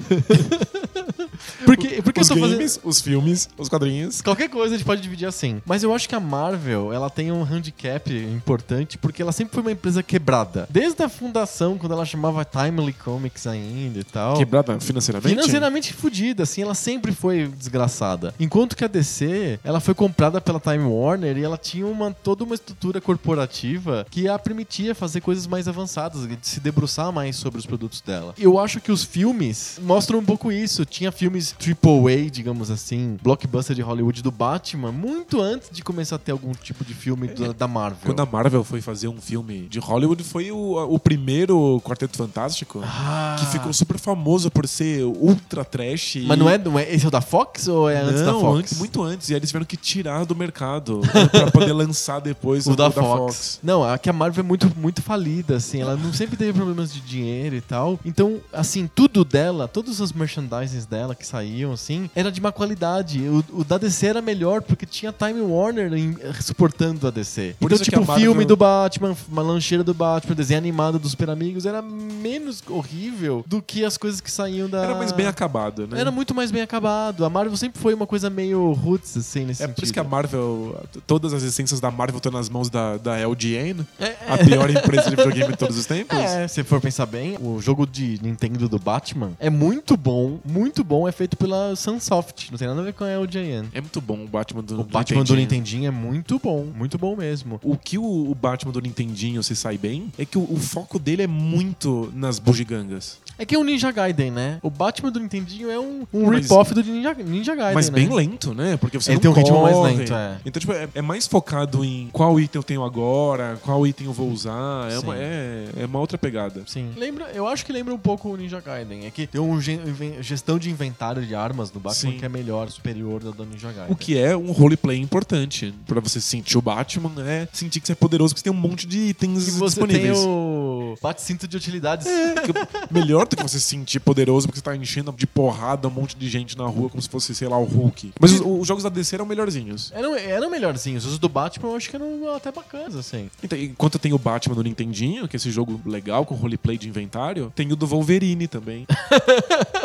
A: porque porque
B: os
A: eu tô fazendo.
B: games, os filmes, os quadrinhos.
A: Qualquer coisa a gente pode dividir assim. Mas eu acho que a Marvel, ela tem um handicap importante porque ela sempre foi uma empresa quebrada. Desde a fundação, quando ela chamava Timely Comics ainda e tal.
B: Quebrada financeiramente?
A: Financeiramente fodida, assim, ela sempre foi desgraçada. Enquanto que a DC, ela foi comprada pela Time Warner e ela tinha uma, toda uma estrutura corporativa que a permitia fazer coisas mais avançadas, de se debruçar mais sobre os produtos dela. Eu acho que os filmes mostram um pouco isso. Tinha filmes AAA, digamos assim, blockbuster de Hollywood do Batman, muito antes de começar a ter algum tipo de filme da, da Marvel.
B: Quando a Marvel foi fazer um filme de Hollywood, foi o, o primeiro Quarteto Fantástico.
A: Ah.
B: Que ficou super famoso por ser ultra trash.
A: Mas
B: e-
A: não é, não é. Esse é o da Fox ou é antes da
B: Não,
A: Fox?
B: antes- muito antes. E aí eles tiveram que tirar do mercado né, pra poder lançar depois
A: O da, Fox. Não, a que a Marvel é muito, muito falida, assim. Ela não sempre teve problemas de dinheiro e tal. Então, assim, tudo dela, todos os merchandisings dela que saíam, assim, era de má qualidade. O, o da DC era melhor porque tinha Time Warner em- suportando a DC.
B: Por
A: então,
B: isso que
A: tipo,
B: a Marvel-
A: filme do Batman, uma lancheira do Batman, desenho animado dos Super Amigos, era menos horrível do que as coisas que saíam da.
B: Era mais bem acabado, né?
A: Era muito mais bem acabado. A Marvel sempre foi uma coisa meio roots, assim, nesse
B: é
A: sentido.
B: por isso que a Marvel, todas as essências da Marvel estão nas mãos da, da LGN,
A: É,
B: a pior empresa de videogame de todos os tempos.
A: É, se for pensar bem, o jogo de Nintendo do Batman é muito bom, muito bom, é feito pela Sunsoft, não tem nada a ver com a LJN.
B: É muito bom o Batman do
A: O Batman do
B: Nintendinho.
A: Nintendinho é muito bom, muito bom mesmo.
B: O que o, o Batman do Nintendinho se sai bem é que o, o foco dele é muito nas bugigangas.
A: É que é o Ninja Gaiden, né? O Batman do Nintendinho é um, um
B: Mas-
A: rip-off do Ninja, Ninja Gaiden,
B: Mas bem
A: né?
B: lento, né? Porque você
A: Ele
B: não
A: tem um ritmo mais
B: corre.
A: lento, é.
B: Então, tipo, é, é mais focado em qual item eu tenho agora, qual item eu vou usar. É, uma,
A: Sim.
B: é, é uma outra pegada.
A: Sim. Lembra, eu acho que lembra um pouco o Ninja Gaiden. É que tem uma gestão de inventário de armas do Batman
B: Sim.
A: que é melhor, superior da do Ninja Gaiden.
B: O que é um roleplay importante pra você sentir o Batman, é sentir que você é poderoso, porque você tem um monte de itens
A: E você tem
B: disponíveis. É,
A: o o bate-cinto de utilidades.
B: Que- Melhor do que você se sentir poderoso porque você tá enchendo de porrada um monte de gente na rua como se fosse, sei lá, o Hulk. Mas os, os jogos da DC eram melhorzinhos.
A: Eram, eram melhorzinhos. Os do Batman eu acho que eram até bacanas, assim.
B: Então, enquanto tem o Batman no Nintendinho, que é esse jogo legal com roleplay de inventário, tem o do Wolverine também.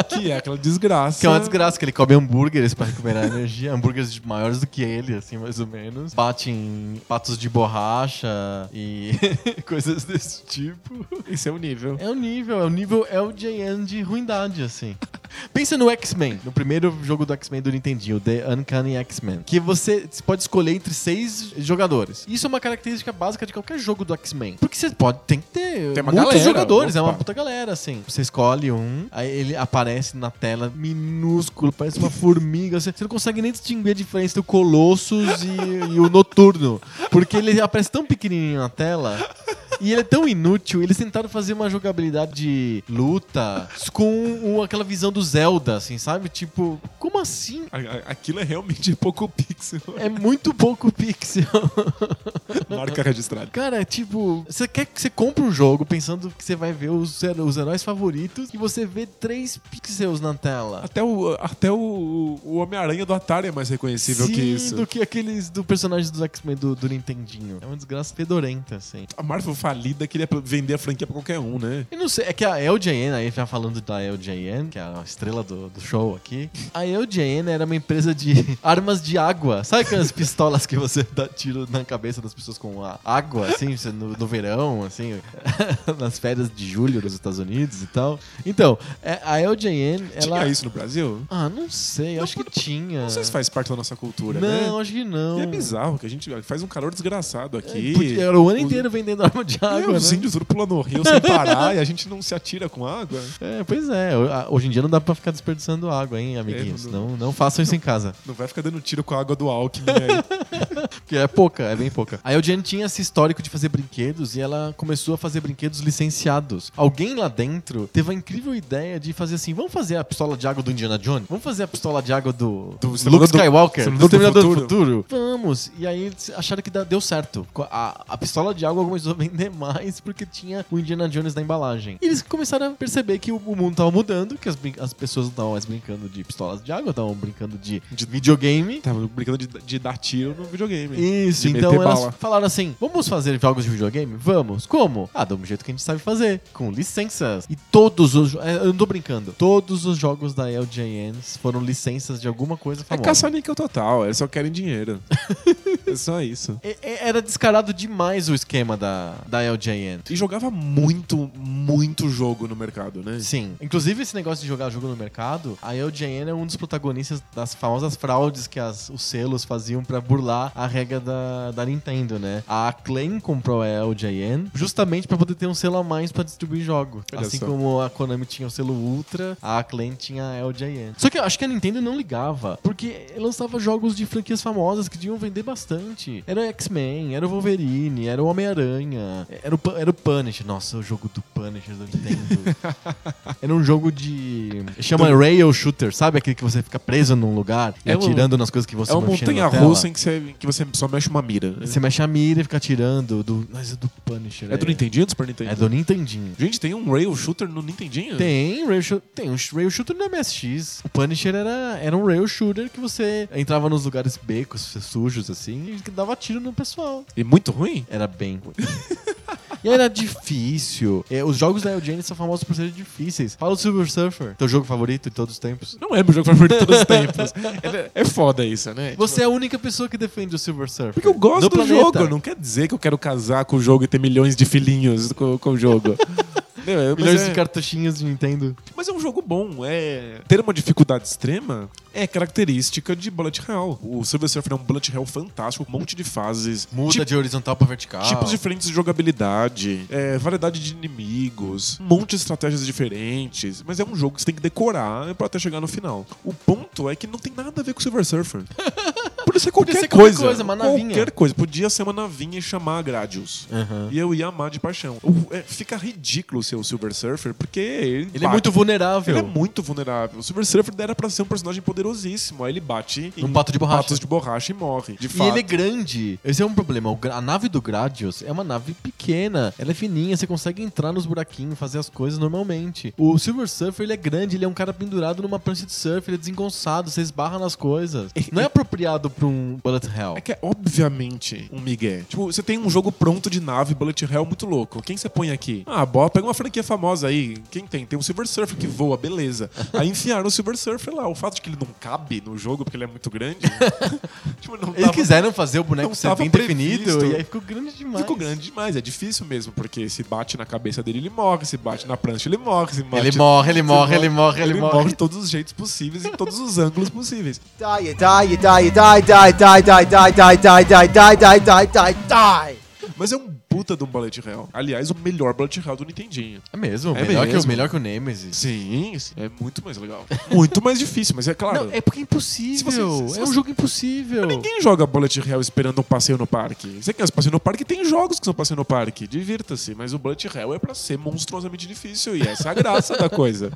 B: que é aquela desgraça.
A: Que é uma desgraça, que ele come hambúrgueres pra recuperar energia. hambúrgueres de- maiores do que ele, assim, mais ou menos. Bate em patos de borracha e coisas desse tipo.
B: Esse é o nível.
A: É o nível, é o nível LJN de ruindade, assim. Pensa no X-Men, no primeiro jogo do X-Men do Nintendinho, The Uncanny X-Men, que você pode escolher entre seis jogadores. Isso é uma característica básica de qualquer jogo do X-Men. Porque você pode, tem que ter
B: Tem uma
A: muitos
B: galera,
A: jogadores, é uma
B: opa.
A: puta galera, assim. Você escolhe um, aí ele aparece na tela minúsculo, parece uma formiga. assim. Você você não consegue nem distinguir a diferença do Colossus e, e o Noturno. Porque ele aparece tão pequenininho na tela e ele é tão inútil, eles tentaram fazer uma jogabilidade de luta com o- aquela visão do Zelda, assim, sabe? Tipo, como assim?
B: A- a- Aquilo é realmente pouco pixel.
A: É muito pouco pixel.
B: Marca registrada.
A: Cara, tipo, você quer que você compre um jogo pensando que você vai ver os, her- os heróis favoritos e você vê três pixels na tela.
B: Até o, até o, o Homem-Aranha do Atari é mais reconhecível que
A: Sim,
B: isso.
A: do que aqueles do personagem do X-Men do, do Nintendinho. É uma desgraça fedorenta, assim.
B: A Marvel falida queria vender a franquia pra qualquer um, né?
A: Eu não sei, é que a LJN, aí já falando da LJN, que é a estrela do, do show aqui, a LJN era uma empresa de armas de água. Sabe aquelas pistolas que você dá tiro na cabeça das pessoas com a água, assim, você- no, no verão, assim, nas férias de julho dos Estados Unidos e tal? Então, é, a LJN, ela.
B: Tinha isso no Brasil?
A: Ah, não sei, eu
B: Não,
A: acho que
B: por-
A: tinha.
B: Não sei se faz parte da nossa cultura, né?
A: Não, acho que não. É,
B: E é bizarro que a gente faz um calor desgraçado aqui.
A: Porque Era o ano
B: Os-
A: inteiro vendendo arma de
B: É,
A: água,
B: os
A: né?
B: índios tudo pulando no rio sem parar e a gente não se atira com água.
A: É, pois é. Ho- a- Hoje em dia não dá pra ficar desperdiçando água, hein, amiguinhos?
B: É,
A: não... Não, façam isso em casa.
B: Não vai ficar dando tiro com a água do Alckmin aí.
A: Porque é pouca, é bem pouca. A Eldiane tinha esse histórico de fazer brinquedos e ela começou a fazer brinquedos licenciados. Alguém lá dentro teve a incrível ideia de fazer assim: vamos fazer a pistola de água do Indiana Jones? Vamos fazer a pistola de água do,
B: Do
A: Luke
B: Exterminador do-
A: Skywalker? Do
B: Exterminador do
A: Terminador do Futuro? Vamos! E aí eles acharam que da- deu certo. Co- A, a pistola de água começou a vender mais porque tinha o Indiana Jones na embalagem. E eles começaram a perceber que o, o mundo tava mudando, que as, brin- as pessoas não estavam mais brincando de pistolas de água, estavam brincando de, de videogame.
B: Tava brincando de, de dar tiro no videogame.
A: Isso,
B: de meter
A: então elas
B: bala.
A: falaram assim: vamos fazer jogos de videogame? Vamos. Como? Ah, do jeito que a gente sabe fazer, com licenças. E todos os. jo- é, Eu não tô brincando. Todos os jogos da LJN foram licenças de alguma coisa
B: É
A: famosa.
B: caça-níquel total, eles só querem dinheiro. é só isso.
A: E- e- é, Era descarado demais o esquema da, da LJN.
B: E jogava muito, muito jogo no mercado, né?
A: Sim. Inclusive, esse negócio de jogar jogo no mercado, a LJN é um dos protagonistas das famosas fraudes que as- os selos faziam pra burlar a regra da, da Nintendo, né? A Acclaim comprou a LJN justamente pra poder ter um selo a mais pra distribuir jogo.
B: Olha
A: assim
B: só.
A: como a Konami tinha o selo Ultra, a Acclaim tinha a LJN. Só que eu acho que a Nintendo não ligava, porque lançava jogos de franquias famosas que deviam vender bastante. Era o X-Men, era o Wolverine, era o Homem-Aranha, era o, Pu- era o Punisher. Nossa, o jogo do Punisher da Nintendo. Era um jogo de. Chama rail shooter, sabe? Aquele que você fica preso num lugar e
B: É um-
A: atirando nas coisas que você
B: É uma
A: vai mexendo na
B: montanha
A: tela.
B: russa em que você, que você só mexe uma mira. né?
A: Você mexe a mira e fica atirando. Do... Mas é do Punisher.
B: É do Nintendinho ou do Super Nintendo?
A: É do Nintendinho.
B: Gente, tem um rail shooter no Nintendinho?
A: Tem rail shoo- tem um sh- rail shooter no MSX. O Punisher era, era um rail shooter que você entrava nos lugares becos sujos assim e que dava tiro no pessoal.
B: E muito ruim?
A: Era bem ruim. E era difícil. É, os jogos da Eugenie são famosos por serem difíceis. Fala o Silver Surfer, teu jogo favorito de todos os tempos.
B: Não é meu jogo favorito de todos os tempos. É, é foda isso, né?
A: Você é a única pessoa que defende o Silver Surfer.
B: Porque eu gosto do,
A: planeta.
B: jogo, não quer dizer que eu quero casar com o jogo e ter milhões de filhinhos com, com o jogo. Não, é- mas
A: Milhões
B: é-
A: de cartuchinhas de Nintendo.
B: Mas é um jogo bom. É... Ter uma dificuldade extrema é característica de Bullet Hell. O Silver Surfer é um Bullet Hell fantástico, um monte de fases. tipo
A: Muda
B: ti-
A: de horizontal pra vertical.
B: Tipos diferentes de jogabilidade, é, variedade de inimigos, um monte de estratégias diferentes, mas é um jogo que você tem que decorar pra até chegar no final. O ponto é que não tem nada a ver com Silver Surfer. Podia ser qualquer
A: ser qualquer
B: coisa.
A: coisa, uma navinha.
B: Qualquer coisa. Podia ser uma navinha e chamar a Gradius.
A: Aham.
B: E eu ia amar de paixão. O- é, fica ridículo ser o Silver Surfer, porque ele,
A: Ele é muito vulnerável.
B: ele é muito vulnerável. O Silver Surfer era pra ser um personagem poderosíssimo. Aí ele bate
A: Num pato de borracha.
B: patos de borracha e morre. De
A: E
B: fato.
A: ele é grande. Esse é um problema. O gra- A nave do Gradius é uma nave pequena, ela é fininha, você consegue entrar nos buraquinhos, fazer as coisas normalmente. O Silver Surfer, ele é grande, ele é um cara pendurado numa prancha de surf, ele é desengonçado, você esbarra nas coisas. Não é apropriado pra um Bullet Hell.
B: É que é obviamente um migué. Tipo, você tem um jogo pronto de nave Bullet Hell muito louco. Quem você põe aqui? Ah, bota, pega uma franquia famosa aí. Quem tem? Tem um Silver Surfer que voa, beleza. Aí enfiaram o Silver Surfer lá. O fato de que ele não cabe no jogo porque ele é muito grande. tipo, não
A: Eles
B: tava-
A: quiseram fazer o boneco
B: não
A: ser
B: tava
A: bem definido
B: previsto.
A: e aí ficou grande demais.
B: Ficou grande demais, é difícil mesmo, porque se bate na cabeça dele, ele morre, se bate na prancha, ele morre, se bate
A: Ele morre, ele
B: se
A: morre, ele morre, ele morre.
B: de todos os jeitos possíveis, em todos os ângulos possíveis.
C: Die, die, die, die, die, die, die, die, die, die, die, die, die, die, die, die.
B: Mas é um puta de um Bullet Hell. Aliás, o melhor Bullet Hell do Nintendinho.
A: É mesmo,
B: É
A: melhor, Que o,
B: mesmo.
A: melhor que o Nemesis.
B: Sim, sim, é muito mais legal. muito mais difícil, mas é claro.
A: Não, é porque é impossível.
B: Se você- se
A: é um
B: você-
A: jogo impossível.
B: Ninguém joga Bullet Hell esperando um passeio no parque. Você quer um passeio no parque? Tem jogos que são passeio no parque. Divirta-se. Mas o Bullet Hell é pra ser monstruosamente difícil. E essa é a graça da coisa.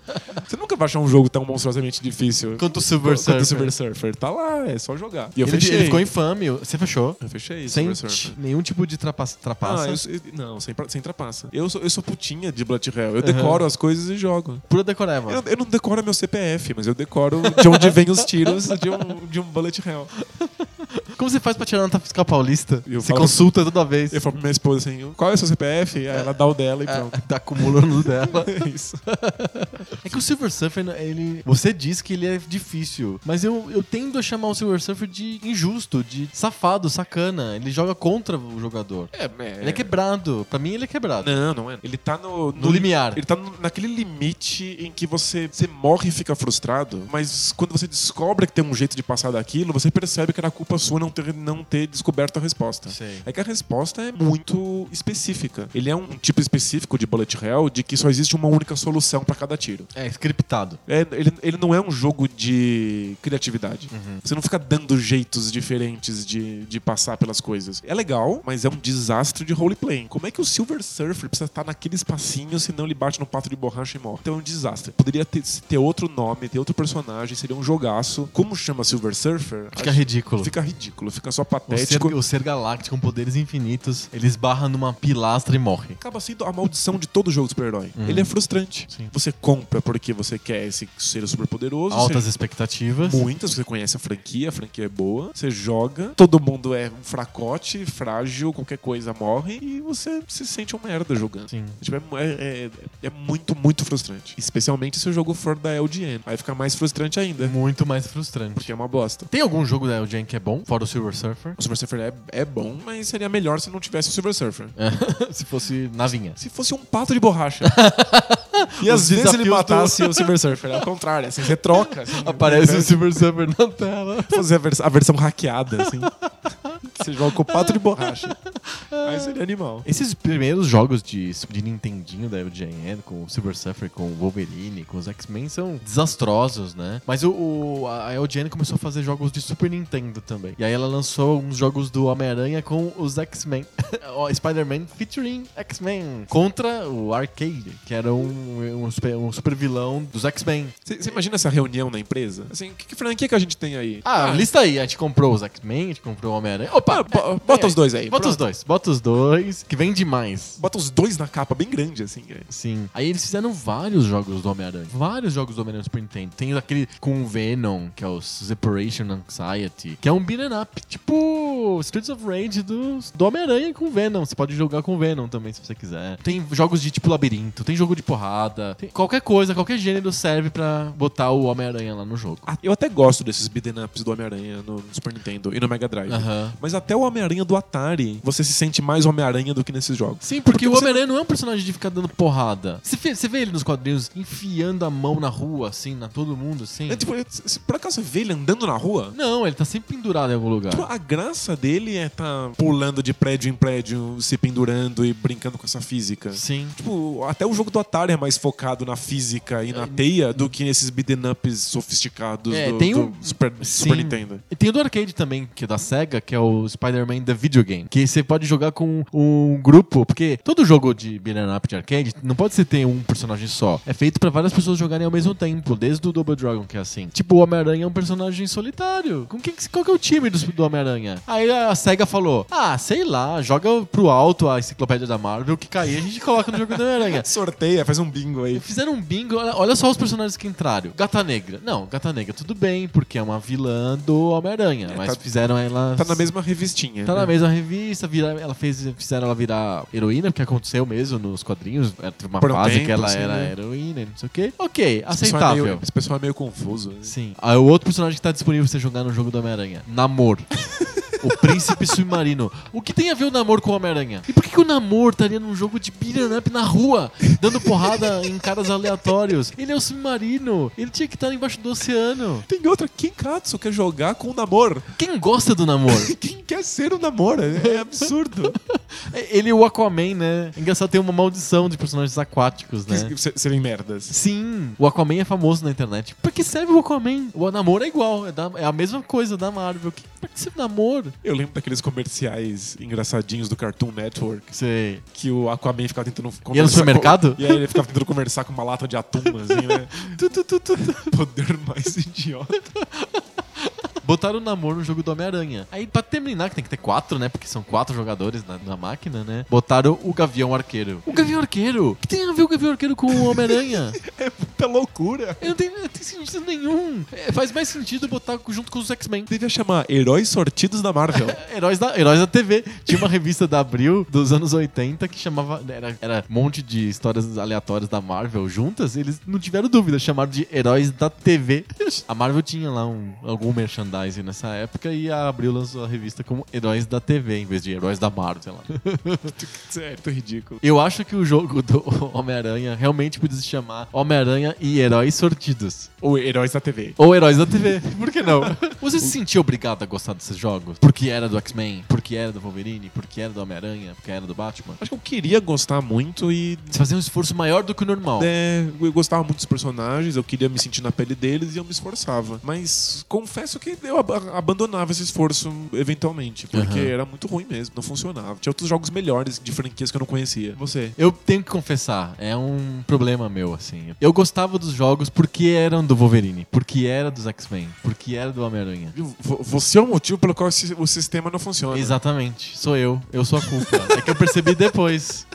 B: Você nunca vai achar um jogo tão monstruosamente difícil.
A: Quanto o Silver
B: Quanto
A: Surfer.
B: o Silver Surfer. Tá lá, é só jogar. E eu
A: Ele,
B: fechei.
A: ele ficou infame. Você fechou?
B: Eu fechei
A: Sem
B: Silver
A: t-
B: Surfer.
A: nenhum tipo de trapaça.
B: Ah,
A: trapaça.
B: eu, sou- eu- não, sem, pra- sem trapaça. Eu sou, eu sou putinha de Bullet Hell. Eu decoro as coisas e jogo.
A: Pura decoreba.
B: Eu, eu não decoro meu CPF, mas eu decoro de onde vêm os tiros de um, de um Bullet Hell.
A: Como você faz pra tirar a nota fiscal paulista?
B: Eu
A: você
B: falo-
A: consulta toda vez.
B: Eu falo pra minha esposa assim, qual é o seu CPF? Aí ela dá o dela e pronto.
A: Tá acumulando o dela.
B: É isso.
A: É que o Silver Surfer, ele. Você diz que ele é difícil. Mas eu, eu tendo a chamar o Silver Surfer de injusto, de safado, sacana. Ele joga contra o jogador.
B: É,
A: Ele é quebrado. Pra mim, ele é quebrado.
B: Não, não é. Ele tá no,
A: No limiar.
B: Ele tá no- naquele limite em que você, você morre e fica frustrado, mas quando você descobre que tem um jeito de passar daquilo, você percebe que era culpa sua não ter, não ter descoberto a resposta.
A: Sei.
B: É que a resposta é muito específica. Ele é um tipo específico de bullet hell de que só existe uma única solução pra cada tiro.
A: É, scriptado.
B: É, ele, ele não é um jogo de criatividade.
A: Uhum.
B: Você não fica dando jeitos diferentes de, de passar pelas coisas. É legal, mas é um desastre de roleplay. Como é que o Silver Surfer precisa estar naquele espacinho, senão ele bate no pato de borracha e morre? Então é um desastre. Poderia ter, ter outro nome, ter outro personagem, seria um jogaço. Como chama Silver Surfer?
A: Fica
B: Acho-
A: ridículo. é
B: Fica ridículo, fica só
A: O ser,
B: patético.
A: o ser galáctico com poderes infinitos, ele esbarra numa pilastra e morre.
B: acaba sendo a maldição de todo jogo de super-herói. Ele é frustrante.
A: Uhum. Sim.
B: Você compra porque você quer esse ser super poderoso.
A: Altas expectativas.
B: Muitas, você conhece a franquia, a franquia é boa, você joga, todo mundo é um fracote, frágil, qualquer coisa morre e você se sente um merda jogando.
A: Sim.
B: Tipo, é, é- é- é muito, muito frustrante. Especialmente se o jogo for da LGN. Aí fica mais frustrante ainda,
A: Muito mais frustrante.
B: porque é uma bosta.
A: Tem algum jogo da LGN que é bom, fora o Silver Surfer?
B: O Silver Surfer é, é bom, mas seria melhor se não tivesse o Silver Surfer.
A: Se fosse navinha.
B: Se fosse um pato de borracha. e
A: Os
B: às vezes
A: desafios
B: ele
A: do-
B: matasse o Silver Surfer. É o contrário, assim, você troca. assim.
A: Aparece o Silver Surfer na tela.
B: fazer a, vers- a versão hackeada, assim. Você joga com o pato de borracha. Aí seria animal.
A: Esses primeiros jogos de, de Nintendinho da LGN, com o Silver Surfer, com o Wolverine, com os X-Men, são desastrosos, né? Mas o, o- a LGN começou a fazer jogos de Super Nintendo também. E aí ela lançou alguns jogos do Homem-Aranha com os X-Men. Ó, Spider-Man featuring X-Men. Contra o Arcade, que era um, um super, um super vilão dos X-Men.
B: Você imagina essa reunião na empresa? Assim, que, que franquia que a gente tem aí?
A: Ah, lista aí. A gente comprou os X-Men, a gente comprou o Homem-Aranha. Opa,
B: pá, bo- é, bota os dois aí.
A: é, bota os
B: pronto.
A: dois. Bota os dois, que vem demais.
B: Bota os dois na capa, bem grande, assim. é.
A: Sim. Aí eles fizeram vários jogos do Homem-Aranha. Vários jogos do Homem-Aranha no Super Nintendo. Tem aquele com o Venom, que é o Separation Anxiety, que é um beat'em up, tipo Streets of Rage do, do Homem-Aranha com o Venom. Você pode jogar com o Venom também, se você quiser. Tem jogos de tipo labirinto, tem jogo de porrada. Tem- qualquer coisa, qualquer gênero serve pra botar o Homem-Aranha lá no jogo.
B: Ah, Eu até gosto desses beat'em ups do Homem-Aranha no no Super Nintendo e no Mega Drive.
A: Aham.
B: Mas até o Homem-Aranha do Atari, você se sente mais Homem-Aranha do que nesses jogos.
A: Sim, porque,
B: Porque
A: o
B: você-
A: Homem-Aranha não é um personagem de ficar dando porrada. Você vê, você vê ele nos quadrinhos enfiando a mão na rua, assim, na todo mundo, assim?
B: É, tipo, se- se por acaso você vê ele andando na rua,
A: Não, ele tá sempre pendurado em algum lugar.
B: Tipo, a graça dele é tá pulando de prédio em prédio, se pendurando e brincando com essa física.
A: Sim.
B: Tipo, até o jogo do Atari é mais focado na física e na teia do que nesses beat'em ups sofisticados
A: É,
B: do,
A: tem
B: do
A: um-
B: Super,
A: Sim.
B: Super Nintendo.
A: E tem o do arcade também, que é da SEGA, que é o o Spider-Man The Video Game. Que você pode jogar com um grupo, porque todo jogo de Beat'em Up de arcade não pode ser ter um personagem só. É feito pra várias pessoas jogarem ao mesmo tempo, desde o Double Dragon, que é assim. Tipo, o Homem-Aranha é um personagem solitário. Com quem, que- qual que é o time do, do Homem-Aranha? Aí a SEGA falou: Ah, sei lá, joga pro alto a enciclopédia da Marvel, que cair a gente coloca no jogo do Homem-Aranha.
B: Sorteia, faz um bingo aí.
A: Fizeram um bingo, olha, olha só os personagens que entraram. Gata Negra. Não, Gata Negra tudo bem, porque é uma vilã do Homem-Aranha. mas
B: tá-
A: fizeram ela.
B: Tá na mesma revistinha.
A: Tá
B: né?
A: na mesma revista, vira, ela fez, fizeram ela virar heroína, porque aconteceu mesmo nos quadrinhos. Era- Teve uma
B: Por um
A: fase
B: tempo,
A: que ela
B: assim,
A: era
B: né?
A: heroína e não sei o quê. Ok,
B: Esse pessoal é meio-
A: aceitável.
B: Esse pessoal é meio confuso. né?
A: Sim. Aí o outro personagem que tá disponível pra você jogar no jogo do Homem-Aranha. Namor. o príncipe submarino. O que tem a ver o Namor com o Homem-Aranha? E por que, que o Namor estaria num jogo de beat'em up na rua, dando porrada em caras aleatórios? Ele é o submarino. Ele tinha que estar embaixo do oceano.
B: Tem outra, quem Katsu quer jogar com o Namor?
A: Quem gosta do Namor?
B: Quem quer ser o Namor? É absurdo.
A: É, Ele e o Aquaman, né? Engraçado, tem uma maldição de personagens aquáticos, né?
B: Que- se- Serem merdas.
A: Sim, o Aquaman é famoso na internet. Pra que serve o Aquaman? O namoro é igual, é, da- é a mesma coisa da Marvel. Que, pra que serve o namoro?
B: Eu lembro daqueles comerciais engraçadinhos do Cartoon Network
A: Sei.
B: que o Aquaman ficava tentando conversar.
A: Ia no supermercado?
B: com- E aí ele ficava tentando conversar com uma lata de atum, assim, né? Tu, tu, tu, tu, tu. Poder mais idiota.
A: Botaram o namoro no jogo do Homem-Aranha. Aí, pra terminar, que tem que ter quatro, né? Porque são quatro jogadores na, na máquina, né? Botaram o Gavião Arqueiro. O Gavião Arqueiro? O que tem a ver o Gavião Arqueiro com o Homem-Aranha?
B: É puta loucura.
A: Eu não tenho, não tem sentido nenhum. É, faz mais sentido botar junto com os X-Men.
B: Devia chamar Heróis Sortidos da Marvel.
A: Heróis da, Heróis da TV. Tinha uma revista da Abril dos anos 80 que chamava. Era, era um monte de histórias aleatórias da Marvel juntas. Eles não tiveram dúvida, chamaram de Heróis da TV. A Marvel tinha lá um, algum merchandising nessa época e a Abril lançou a revista como Heróis da TV, em vez de Heróis da Marvel, sei lá.
B: Sério, tô ridículo.
A: Eu acho que o jogo do Homem-Aranha realmente podia se chamar Homem-Aranha e Heróis Sortidos.
B: Ou Heróis da TV.
A: Ou Heróis da TV. Por que não? Você se sentia obrigado a gostar desses jogos? Porque era do X-Men, porque era do Wolverine, porque era do Homem-Aranha, porque era do Batman?
B: Acho que eu queria gostar muito e
A: Você fazia um esforço maior do que o normal.
B: É, eu gostava muito dos personagens, eu queria me sentir na pele deles e eu me esforçava. Mas confesso que eu ab- abandonava esse esforço eventualmente, porque
A: Aham.
B: era muito ruim mesmo, não funcionava. Tinha outros jogos melhores de franquias que eu não conhecia. Você.
A: Eu tenho que confessar, é um problema meu, assim. Eu gostava dos jogos porque eram do Wolverine, porque era dos X-Men, porque era do Homem-Aranha.
B: vo- Você é o motivo pelo qual esse- o sistema não funciona.
A: Exatamente, sou eu, eu sou a culpa. é que eu percebi depois.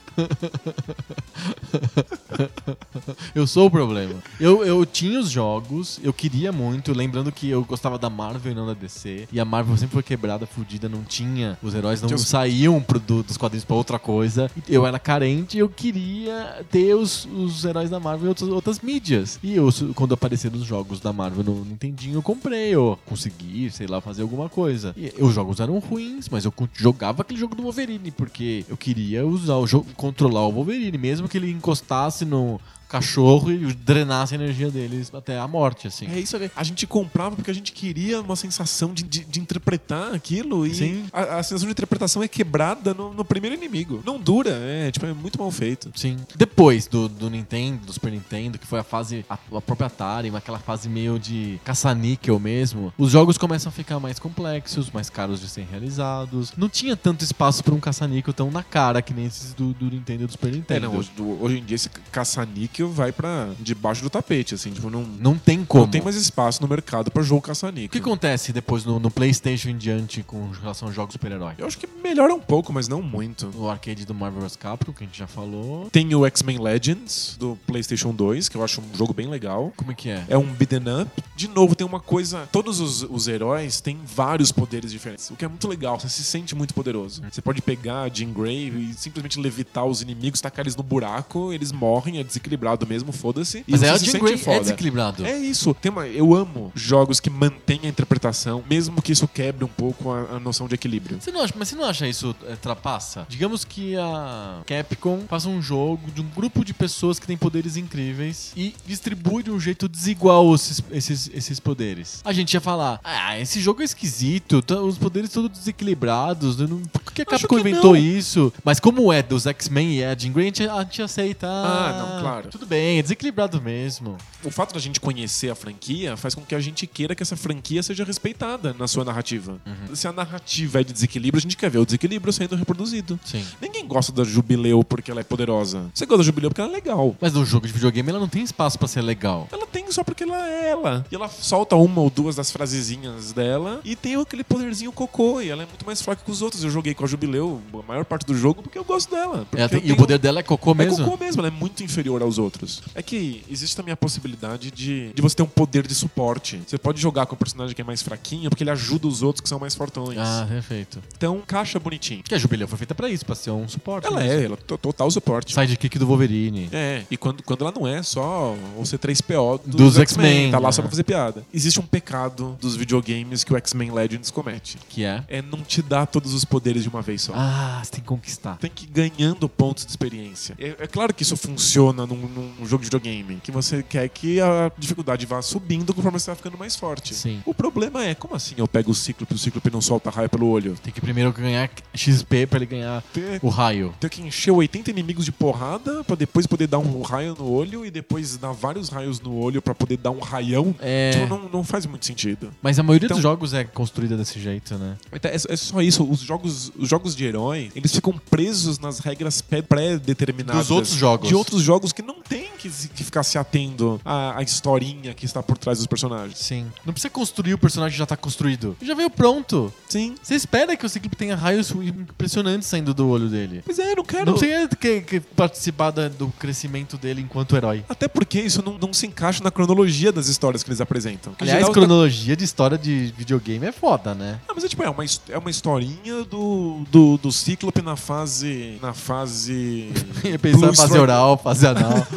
A: eu sou o problema. Eu, eu tinha os jogos, eu queria muito, lembrando que eu gostava da Marvel e não da DC. E a Marvel sempre foi quebrada, fudida, não tinha. Os heróis não
B: Tinha os-
A: saíam pro- do- dos quadrinhos pra outra coisa. Eu era carente e eu queria ter os, os heróis da Marvel em outras, outras mídias. E eu, quando apareceram os jogos da Marvel no Nintendinho, eu comprei, eu consegui, sei lá, fazer alguma coisa. E os jogos eram ruins, mas eu co- jogava aquele jogo do Wolverine, porque eu queria usar o jogo, controlar o Wolverine, mesmo que ele encostasse no cachorro e drenasse a energia deles até a morte, assim.
B: É isso aí. A gente comprava porque a gente queria uma sensação de, de- de interpretar aquilo e
A: Sim.
B: A, a sensação de interpretação é quebrada no, no primeiro inimigo. Não dura, é, tipo, é muito mal feito.
A: Sim. Depois do, do Nintendo, do Super Nintendo, que foi a fase, a, a própria Atari, aquela fase meio de caça-níquel mesmo, os jogos começam a ficar mais complexos, mais caros de serem realizados. Não tinha tanto espaço pra um caça-níquel tão na cara que nem esses do, do Nintendo e do Super Nintendo.
B: É, não, hoje, do- hoje em dia esse caça-níquel vai pra debaixo do tapete, assim, tipo, não, não,
A: Não tem como.
B: tem mais espaço no mercado pra jogo
A: O que
B: caça-níquel.
A: acontece depois no, no PlayStation em diante com relação aos jogos super-herói?
B: Eu acho que melhora um pouco, mas não muito.
A: O arcade do Marvel vs. Capcom, que a gente já falou.
B: Tem o X-Men Legends do PlayStation 2, que eu acho um jogo bem legal.
A: Como é que é?
B: É um beaten up. De novo, tem uma coisa. Todos os, os heróis têm vários poderes diferentes. O que é muito legal. Você se sente muito poderoso. Você pode pegar a Jean Grey e simplesmente levitar os inimigos, tacar eles no buraco. Eles morrem, é desequilibrado mesmo, foda-se. E
A: Mas
B: você
A: é o
B: se
A: Jim
B: sente
A: Gray é
B: foda.
A: desequilibrado.
B: É isso. Tem uma- eu amo jogos que mantêm a interpretação, mesmo que isso quebre um pouco a, a noção de equilíbrio.
A: eh, Você não acha, mas você não acha isso é, trapaça? Digamos que a Capcom faça um jogo de um grupo de pessoas que tem poderes incríveis e distribui de um jeito desigual esses, esses, esses poderes. A gente ia falar, ah, esse jogo é esquisito, tá- os poderes todos desequilibrados, eu não- por que a
B: Acho
A: Capcom
B: que
A: inventou
B: não.
A: isso? Mas como é dos X-Men e é a Jean Grey, a gente, a gente aceita.
B: Ah, não, claro.
A: Tudo bem, é desequilibrado mesmo.
B: O fato da gente conhecer a franquia faz com que a gente queira que essa franquia seja respeitada na sua narrativa.
A: Uhum.
B: Se a narrativa é de desequilíbrio, a gente quer ver o desequilíbrio sendo reproduzido.
A: Sim.
B: Ninguém gosta da Jubileu porque ela é poderosa. Você gosta da Jubileu porque ela é legal.
A: Mas no jogo de videogame ela não tem espaço pra ser legal.
B: Ela tem só porque ela é ela. E ela solta uma ou duas das frasezinhas dela e tem aquele poderzinho cocô. E ela é muito mais fraca que os outros. Eu joguei com a Jubileu a maior parte do jogo porque eu gosto dela. Porque
A: Ela tem- e o
B: eu tenho-
A: poder dela é cocô mesmo?
B: É cocô mesmo, ela é muito inferior aos outros. É que existe também a possibilidade de, de você ter um poder de suporte. Você pode jogar com o personagem que é mais fraquinho, porque ele ajuda os outros que são mais fortões.
A: Ah, perfeito.
B: Então, caixa bonitinho.
A: Porque a Jubileu foi feita pra isso, pra ser um suporte.
B: Ela
A: mesmo.
B: é, ela é to- total suporte.
A: Sidekick do Wolverine.
B: É, e quando, quando ela não é só o C3PO dos,
A: Dos
B: X-Men,
A: X-Men,
B: tá lá
A: né?
B: só pra fazer piada. Existe um pecado dos videogames que o X-Men Legends comete.
A: Que é.
B: É não te dar todos os poderes de uma vez só.
A: Ah, você tem que conquistar.
B: tem que ir ganhando pontos de experiência. É, é claro que isso funciona num, num jogo de videogame, que você quer que a dificuldade vá subindo conforme você vai ficando mais forte.
A: Sim.
B: O problema é, como assim eu pego o Cíclope e o Cíclope não solta raio pelo olho?
A: Tem que primeiro ganhar XP pra ele ganhar
B: Tem,
A: o raio.
B: tem Então que encher 80 inimigos de porrada pra depois poder dar um raio no olho e depois dar vários raios no olho pra poder dar um raião.
A: É.
B: Tipo, não, não faz muito sentido.
A: Mas a maioria
B: Então-
A: dos jogos é construída desse jeito, né?
B: Então, É, é só isso. Os jogos, os jogos de herói, eles ficam presos nas regras pré- pré-determinadas.
A: Dos outros jogos.
B: De outros jogos que não tem que, se- que ficar se atendo à, à historinha que está por trás dos personagens.
A: Sim. Não precisa construir o personagem que já tá construído. Ele já veio pronto.
B: Sim.
A: Você espera que o Ciclope tenha raios impressionantes saindo do olho dele.
B: Pois é, eu não quero...
A: Não precisa que, que participar da- do crescimento dele enquanto herói.
B: Até porque isso não, não se encaixa na cronologia das histórias que eles apresentam. Porque, em
A: Aliás,
B: geral,
A: cronologia de história de videogame é foda, né?
B: Ah, mas é tipo, é uma, his- é uma historinha do, do, do Cíclope na fase. Na fase.
A: Eu pensava
B: Blue
A: fazer
B: Strike-
A: oral, fazer anal.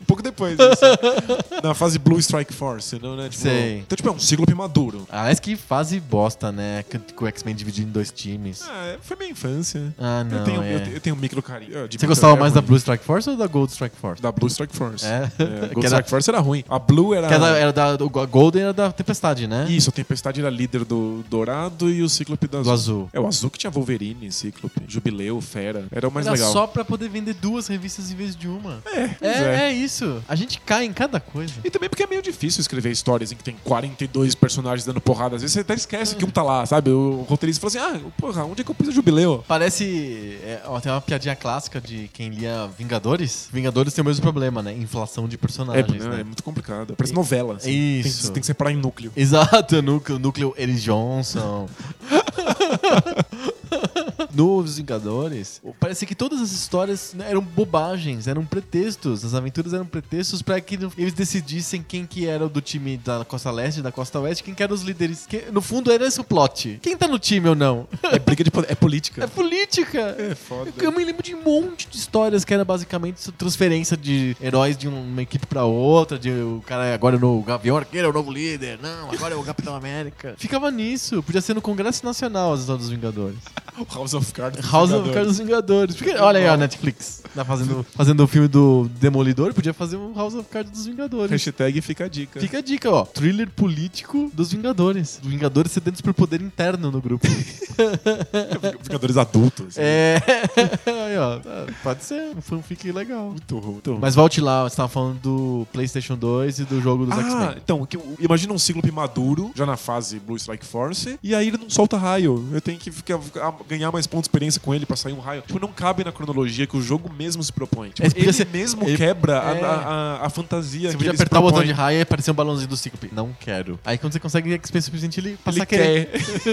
B: Um pouco depois disso. na fase Blue Strike Force, não, né? Tipo,
A: Sei.
B: Então, tipo, é um Cíclope maduro.
A: Aliás, que fase bosta, né? Que- que o X-Men dividido em dois times.
B: Ah, é- foi minha infância.
A: Ah, não.
B: eu, tenho,
A: é.
B: eu, te- eu tenho um micro carinho. Eu admito,
A: Você gostava
B: é
A: mais da
B: ruim.
A: Blue Strike Force ou tipo, da Gold Strike Force?
B: Da Blue Strike Force.
A: É.
B: a Gold
A: Que era-
B: Strike Force era ruim. A Blue era.
A: Que era, da- era da, do- a Golden era da Tempestade, né?
B: Isso, a Tempestade era líder do Dourado e o Cíclope do
A: Do
B: Azul.
A: azul.
B: É, o Azul que tinha Wolverine, Cíclope, Jubileu, Fera. Era o mais
A: era
B: legal.
A: só pra poder vender duas revistas em vez de uma. É,
B: pois
A: é,
B: é.
A: isso. A gente cai em cada coisa.
B: E também porque é meio difícil escrever histórias em que tem 42 personagens dando porrada. Às vezes você até esquece que um tá lá, sabe? O roteirista fala assim: ah, porra, onde é que eu pus o Jubileu?
A: Parece. é, ó, tem uma piadinha clássica de quem lia Vingadores. Vingadores tem o mesmo problema, né? Inflação de
B: É,
A: personagens.
B: não,
A: né?
B: é muito complicado. Parece novela. assim.
A: Isso.
B: Tem, tem que separar em núcleo.
A: Exato, núcleo, núcleo Eric Johnson. Nos Vingadores, parece que todas as histórias né, eram bobagens, eram pretextos. As aventuras eram pretextos pra que no- eles decidissem quem que era o do time da Costa Leste, da Costa Oeste, quem que eram os líderes. Que, no fundo, era esse o plot. Quem tá no time ou não?
B: É briga de poder. É
A: É
B: política.
A: política!
B: É foda.
A: Eu me lembro de um monte de histórias que era basicamente essa transferência de heróis de um, uma equipe pra outra, de o cara agora é no Gavião Arqueiro é o novo líder, não, agora é o Capitão América. Ficava nisso, podia ser no Congresso Nacional as histórias dos Vingadores.
B: House of Cards. dos
A: House of
B: Vingadores.
A: Cards dos Vingadores. Porque, olha aí a Netflix, tá fazendo, fazendo o filme do Demolidor, podia fazer um House of Cards dos Vingadores.
B: Hashtag fica a dica.
A: Fica a dica, ó. Thriller político dos Vingadores. Vingadores cedendo superpoder interno no grupo.
B: Vingadores adultos.
A: É. Aí, ó. tá, Pode ser um fanfic legal.
B: Muito ruim. Muito ruim.
A: Mas volte lá, você tava falando do PlayStation 2 e do jogo dos
B: ah,
A: X-Men.
B: então, que eu- imagina um Cíclope maduro, já na fase Blue Strike Force, e aí ele não solta raio. Eu tenho que ficar- ficar- ganhar mais pontos de experiência com ele pra sair um raio. Tipo, não cabe na cronologia que o jogo mesmo se propõe. Tipo,
A: É, porque
B: ele
A: você-
B: mesmo
A: ele-
B: quebra a-
A: é.
B: a, a- a fantasia
A: Você
B: que
A: podia
B: eles
A: apertar o botão
B: propõem.
A: de raio e aparecer um balãozinho do Ciclope. Não quero. Aí quando você consegue XP suficiente, ele passa
B: Ele
A: a querer.
B: quer.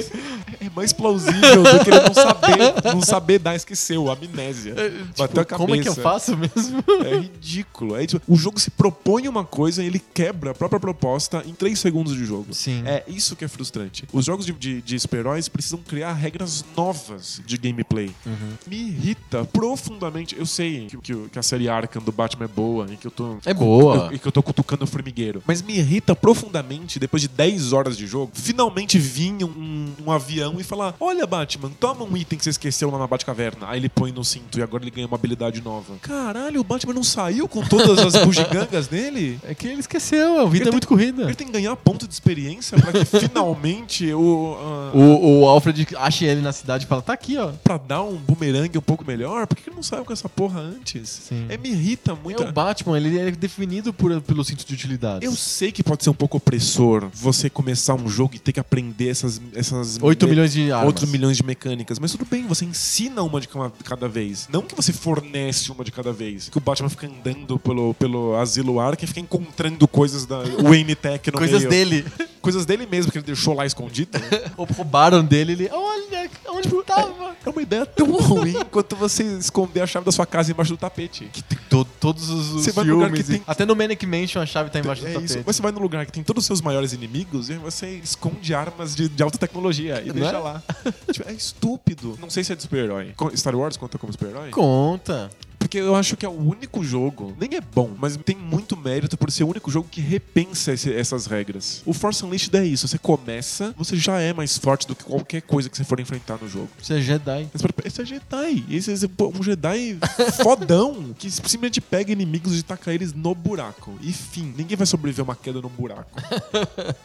B: é mais plausível do que ele não saber, não saber dar, esqueceu, amnésia.
A: Tipo,
B: Bateu a cabeça.
A: Como é que eu faço mesmo?
B: É ridículo. É, tipo, o jogo se propõe uma coisa e ele quebra a própria proposta em 3 segundos de jogo.
A: Sim.
B: É isso que é frustrante. Os jogos de, de, de super-heróis precisam criar regras novas novas de gameplay.
A: Uhum.
B: Me irrita profundamente. Eu sei que, que- que a série Arkham do Batman é boa e que eu tô.
A: É boa.
B: E que eu tô cutucando o formigueiro. Mas me irrita profundamente, depois de 10 horas de jogo, finalmente vinha um, um avião e falar: Olha, Batman, toma um item que você esqueceu lá na Batcaverna. Aí ele põe no cinto e agora ele ganha uma habilidade nova. Caralho, o Batman não saiu com todas as bugigangas dele?
A: É que ele esqueceu, a vida
B: Ele
A: é muito corrida.
B: Ele tem que ganhar ponto de experiência pra que finalmente o. ah,
A: O, o Alfred acha ele na cidade e fala: tá aqui, ó.
B: pra dar um bumerangue um pouco melhor, por que que ele não saiu com essa porra antes?
A: Sim.
B: É, me irrita muito.
A: É o Batman, ele é definido por- pelo cinto de utilidades.
B: Eu sei que pode ser um pouco opressor você começar um jogo e ter que aprender essas. essas
A: 8
B: me-
A: milhões de armas.
B: 8 milhões de mecânicas, mas tudo bem, você ensina uma de ca- cada vez. Não que você fornece uma de cada vez. Que o Batman fica andando pelo, pelo asilo Arkham e fica encontrando coisas da Wayne Tech no
A: Coisas
B: meio.
A: dele.
B: Coisas dele mesmo, que ele deixou lá escondido. né?
A: Ou roubaram dele, ele. Olha, onde eu tava?
B: É uma ideia tão ruim quanto você esconder a chave da sua casa embaixo do tapete.
A: Que tem to- todos os, os
B: Você vai num lugar
A: filmes.
B: que
A: e-
B: tem-
A: Até no Manic Mansion a chave tá embaixo
B: é
A: do tapete.
B: Isso. Você vai num lugar que tem todos os seus maiores inimigos e aí você esconde armas de, de alta tecnologia e
A: Não
B: deixa
A: é?
B: lá. Tipo, é estúpido. Não sei se é de super-herói. Co- Star Wars conta como super-herói?
A: Conta.
B: Porque eu acho que é o único jogo, nem é bom, mas tem muito mérito por ser o único jogo que repensa esse- essas regras. O Force Unleashed é isso. Você começa, você já é mais forte do que qualquer coisa que você for enfrentar no jogo.
A: Você é Jedi.
B: Mas, pera, Esse é Jedi. Esse esse é um Jedi fodão que simplesmente pega inimigos e taca eles no buraco. E fim. Ninguém vai sobreviver a uma queda no buraco.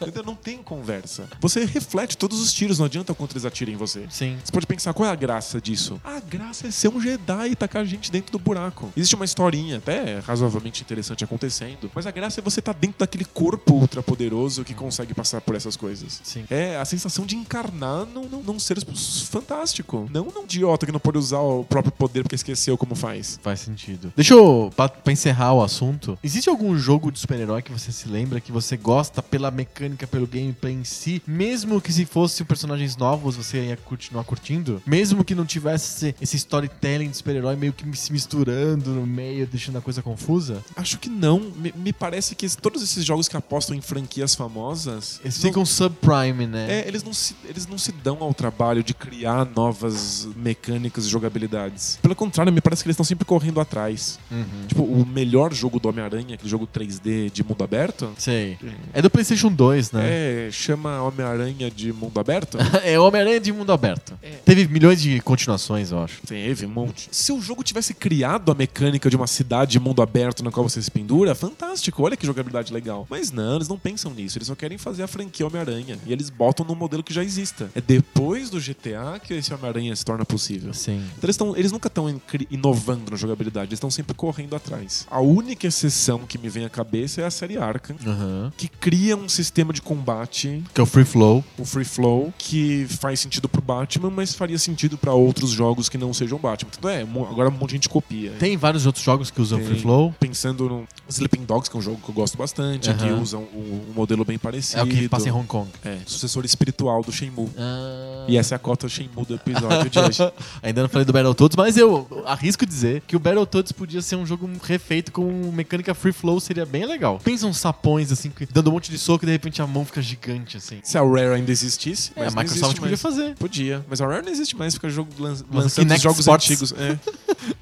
B: Entendeu? Não tem conversa. Você reflete todos os tiros, não adianta quanto eles atirem em você.
A: Sim.
B: Você pode pensar, qual é a graça disso? A graça é ser um Jedi e tacar gente dentro do buraco. Existe uma historinha até razoavelmente interessante acontecendo, mas a graça é você estar dentro daquele corpo ultrapoderoso que consegue passar por essas coisas.
A: Sim.
B: É a sensação de encarnar num, num, num ser fantástico. Não num idiota que não pode usar o próprio poder porque esqueceu como faz.
A: Faz sentido. Deixa eu, pra, pra encerrar o assunto, existe algum jogo de super-herói que você se lembra, que você gosta pela mecânica, pelo gameplay em si? Mesmo que se fosse personagens novos, você ia continuar curtindo? Mesmo que não tivesse esse- esse storytelling de super-herói meio que se misturando no meio, deixando a coisa confusa?
B: Acho que não. Me, me parece que todos esses jogos que apostam em franquias famosas.
A: Eles
B: não-
A: ficam subprime, né?
B: É, eles não, se, eles não se dão ao trabalho de criar novas mecânicas e jogabilidades. Pelo contrário, me parece que eles estão sempre correndo atrás.
A: Uhum.
B: Tipo, o melhor jogo do Homem-Aranha, aquele jogo 3D de mundo aberto,
A: Sei. É do PlayStation 2, né?
B: é, chama Homem-Aranha de mundo aberto.
A: É, Homem-Aranha de Mundo Aberto.
B: É.
A: Teve milhões de continuações, eu acho.
B: Teve um monte. Se o jogo tivesse criado a mecânica de uma cidade de mundo aberto na qual você se pendura, fantástico, olha que jogabilidade legal. Mas não, eles não pensam nisso, eles só querem fazer a franquia Homem-Aranha. E eles botam num modelo que já exista. É depois do GTA que esse Homem-Aranha se torna possível.
A: Sim.
B: Então eles, tão- eles nunca estão inovando na jogabilidade, eles estão sempre correndo atrás. A única exceção que me vem à cabeça é a série Arkham,
A: Aham.
B: que cria um sistema de combate,
A: Que é o Free Flow.
B: o free flow, que faz sentido pro Batman, mas faria sentido pra outros jogos que não sejam Batman. Tanto é, mo- agora um monte de gente copia.
A: Tem vários outros jogos que usam
B: Tem.
A: Free Flow.
B: Pensando no Sleeping Dogs, que é um jogo que eu gosto bastante,
A: Aham.
B: que usa um, um modelo bem parecido.
A: É o que passa em Hong Kong.
B: É, sucessor espiritual do Shenmue.
A: Ah.
B: E essa é a cota Shenmue do episódio de hoje.
A: Ainda não falei do Battletoads, mas eu arrisco dizer que o Battletoads podia ser um jogo refeito com mecânica free flow, seria bem legal. Pensa uns sapões, assim, que- dando um monte de soco e de repente a mão fica gigante, assim.
B: Se a Rare ainda existisse,
A: É,
B: mas
A: a
B: não existe
A: Microsoft podia
B: mais.
A: fazer.
B: Podia, mas a Rare não existe mais, fica jogo lan-
A: Mas o
B: lançando os
A: Kinect
B: jogos
A: Sports.
B: antigos. É.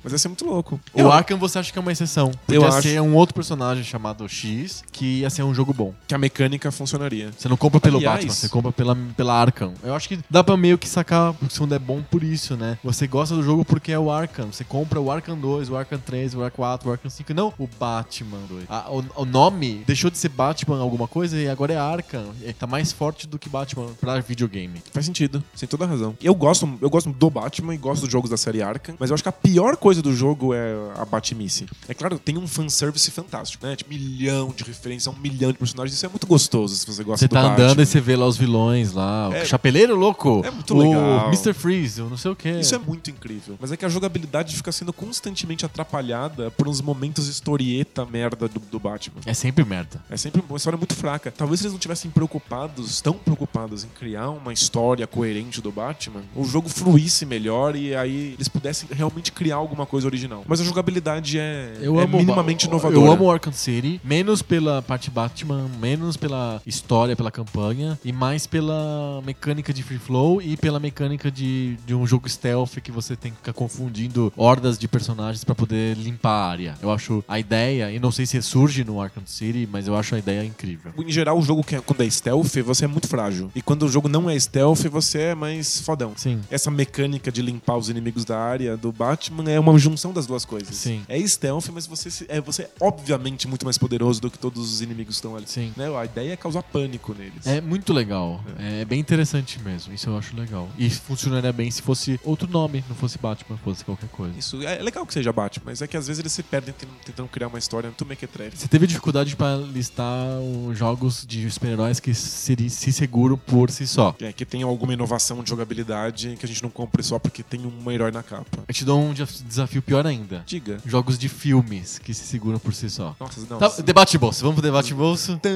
B: Mas ia ser muito louco.
A: O Arkham você acha que é uma exceção. Podia
B: Eu acho.
A: ser um outro personagem chamado X, que ia ser um jogo bom.
B: que a mecânica funcionaria.
A: Você não compra pelo
B: Aliás-
A: Batman, você compra pela, pela Arkham. Eu acho que dá pra meio que sacar o segundo é bom por isso, né? Você gosta do jogo porque é o Arkham. Você compra o Arkham 2, o Arkham 3, o Arkham 4, o Arkham 5. Não o Batman 2. A- o, o nome deixou de ser Batman alguma coisa e agora é Arkham. É, tá mais forte do que Batman pra videogame.
B: Faz sentido, sem toda razão. Eu gosto, eu gosto do Batman e gosto dos jogos da série Arkham, mas eu acho que a pior coisa do jogo é a Batmice. É claro, tem um fanservice fantástico, né? De milhão de referências, um milhão de personagens. Isso é muito gostoso se você gosta
A: Você
B: do
A: tá
B: Batman.
A: andando e você vê lá os vilões lá.
B: É.
A: o Chapeleiro Louco.
B: É muito
A: o
B: legal.
A: Mr. Freeze, o não sei o quê.
B: Isso é muito incrível. Mas é que a jogabilidade fica sendo constantemente atrapalhada por uns momentos historieta merda do, do Batman.
A: é sempre merda.
B: É sempre uma história muito fraca. Talvez se eles não tivessem preocupados, tão preocupados em criar uma história coerente do Batman, o jogo fluísse melhor e aí eles pudessem realmente criar alguma alguma coisa original. Mas a jogabilidade é,
A: Eu
B: é
A: amo
B: minimamente né?
A: o-
B: inovadora.
A: Eu amo Arkham City, menos pela parte Batman, menos pela história, pela campanha, e mais pela mecânica de free flow e pela mecânica de, de um jogo stealth que você tem que ficar confundindo hordas de personagens pra poder limpar a área. Eu acho a ideia, e não sei se surge no Arkham City, mas eu acho a ideia incrível.
B: Em geral, o jogo que é, quando é stealth, você é muito frágil. E quando o jogo não é stealth, você é mais fodão.
A: Sim.
B: Essa mecânica de limpar os inimigos da área do Batman é uma junção das duas coisas.
A: Sim.
B: É stealth, mas você se- é, você é obviamente muito mais poderoso do que todos os inimigos que estão ali.
A: Sim.
B: Né? A ideia é causar pânico neles.
A: É muito legal. É bem interessante mesmo. Isso eu acho legal. E funcionaria bem se fosse outro nome, não fosse Batman, fosse qualquer coisa.
B: Isso é legal que seja Batman, mas é que às vezes eles se perdem ten- tentando criar uma história muito mequetrefe.
A: Você teve dificuldade pra listar os jogos de super-heróis que se, se seguram por si só.
B: É, que tem alguma inovação de jogabilidade que a gente não compre só porque tem um herói na capa.
A: Eu te dou um desaf- desafio pior ainda.
B: Diga.
A: Jogos de filmes que se seguram por si só.
B: Nossa, não.
A: Tá, debate bolso, vamos pro debate bolso.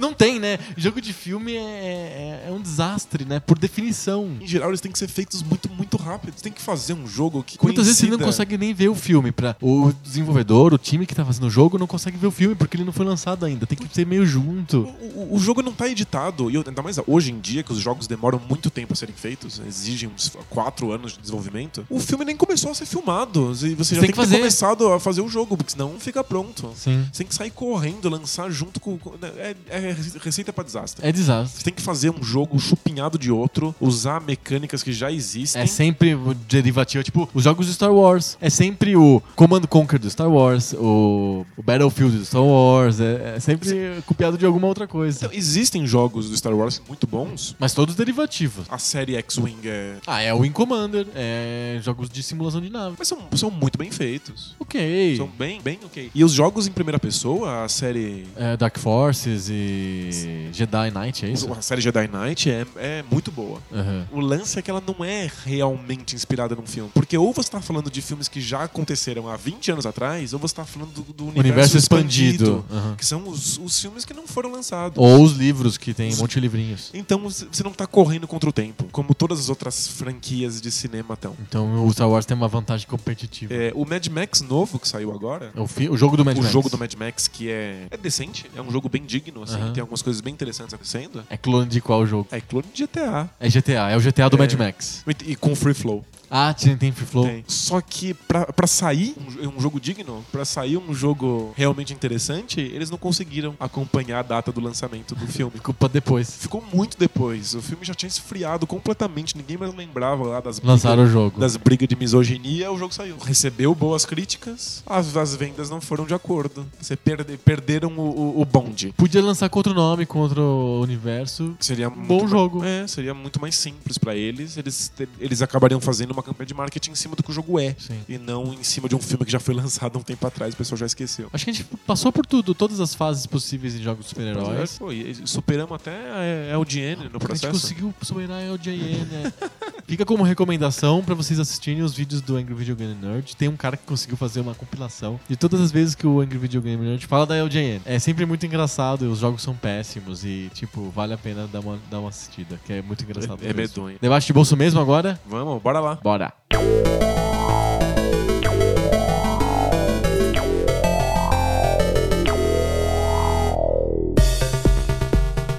A: Não tem, né? Jogo de filme é, é- é um desastre, né? Por definição.
B: Em geral, eles têm que ser feitos muito, muito rápido. Você tem que fazer um jogo que
A: Muitas vezes você não
B: coincida-
A: consegue nem ver o filme. Pra... O desenvolvedor, o time que tá fazendo o jogo, não consegue ver o filme porque ele não foi lançado ainda. Tem que ser meio junto.
B: O, o- o jogo não tá editado, e eu- ainda mais hoje em dia, que os jogos demoram muito tempo a serem feitos, exigem uns 4 anos de desenvolvimento. O filme nem começou a ser filmado, e você já
A: Tem
B: tem,
A: que
B: que
A: fazer.
B: ter começado a fazer o jogo, porque senão não fica pronto.
A: Sim.
B: Você tem que sair correndo, lançar junto com. com- É, é receita pra desastre.
A: É desastre.
B: Você tem que fazer um jogo chupinhado de outro, usar mecânicas que já existem.
A: É sempre o derivativo, tipo, os jogos do Star Wars. É sempre o Command Conquer do Star Wars, o, o Battlefield do Star Wars. É, é sempre copiado de alguma outra coisa.
B: Então, existem jogos do Star Wars muito bons.
A: Mas todos derivativos.
B: A série X-Wing é.
A: Ah, é o Wing Commander, é jogos de simulação de nave.
B: Mas são, são muito bem feitos.
A: Ok.
B: São bem, bem ok. E os jogos em primeira pessoa, a série.
A: É, Dark Forces e Jedi Knight, é isso?
B: A série Jedi Knight é, é muito boa.
A: Aham.
B: O lance é que ela não é realmente inspirada num filme. Porque ou você tá falando de filmes que já aconteceram há 20 anos atrás, ou você tá falando do, do universo,
A: Universo expandido.
B: expandido.
A: Aham.
B: Que são os, os filmes que não foram lançados.
A: Ou os livros, que tem um monte de livrinhos.
B: Então você você não tá correndo contra o tempo, como todas as outras franquias de cinema estão.
A: Então o Star Wars tem uma vantagem competitiva. É
B: É, o Mad Max novo que saiu agora,
A: O, fi- o jogo do Mad
B: o
A: Max.
B: jogo do Mad Max que é, é decente, é um jogo bem digno, assim,
A: Aham.
B: tem algumas coisas bem interessantes acontecendo.
A: É clone de qual jogo?
B: É clone de GTA.
A: É GTA, é o GTA do
B: É.
A: Mad Max.
B: E, e com free flow.
A: Ah, tem, tem free flow.
B: Tem. Só que pra, pra sair um, jo- um jogo digno, pra sair um jogo realmente interessante, eles não conseguiram acompanhar a data do lançamento do filme.
A: Culpa depois.
B: Ficou muito depois. O filme já tinha esfriado completamente. Ninguém mais lembrava lá das
A: Lançaram o jogo.
B: das brigas de misoginia, o jogo saiu. Recebeu boas críticas, as, as vendas não foram de acordo. Você perde- perderam o, o, o bonde.
A: Podia lançar com outro nome, com outro universo.
B: Seria muito
A: Bom
B: mais-
A: jogo.
B: É, seria muito mais simples pra eles. Eles, te- eles acabariam fazendo uma campanha de marketing em cima do que o jogo é.
A: Sim.
B: E não em cima de um filme que já foi lançado há um tempo atrás, o pessoal já esqueceu.
A: Acho que a gente passou por tudo, todas as fases possíveis de jogos de super-heróis.
B: Foi, é, e superamos até a LDN
A: A
B: no
A: gente
B: processo.
A: conseguiu superar a LJN, né? Fica como recomendação pra vocês assistirem os vídeos do Angry Video Game Nerd. Tem um cara que conseguiu fazer uma compilação de todas as vezes que o Angry Video Game Nerd fala da LJN. É sempre muito engraçado e os jogos são péssimos e, tipo, vale a pena dar uma, dar uma assistida, que é muito engraçado.
B: É- é
A: mesmo.
B: medonho.
A: Debate de bolso mesmo agora?
B: Vamos, bora lá.
A: Bora!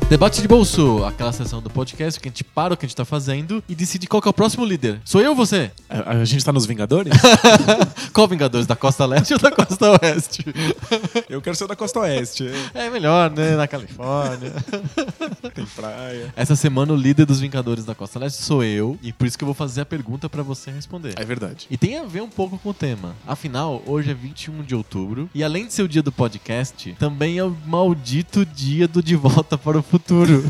A: Debate de bolso, aquela sessão do podcast que a gente para o que a gente tá fazendo e decide qual que é o próximo líder. Sou eu ou você?
B: A, a gente tá nos Vingadores?
A: Qual Vingadores, da Costa Leste ou da Costa Oeste?
B: Eu quero ser da Costa Oeste. é.
A: É melhor, né? Na Califórnia.
B: Tem praia.
A: Essa semana o líder dos Vingadores da Costa Leste sou eu e por isso que eu vou fazer a pergunta pra você responder.
B: É verdade.
A: E tem a ver um pouco com o tema. Afinal, hoje é 21 de outubro e além de ser o dia do podcast, também é o maldito dia do De Volta para o Futuro.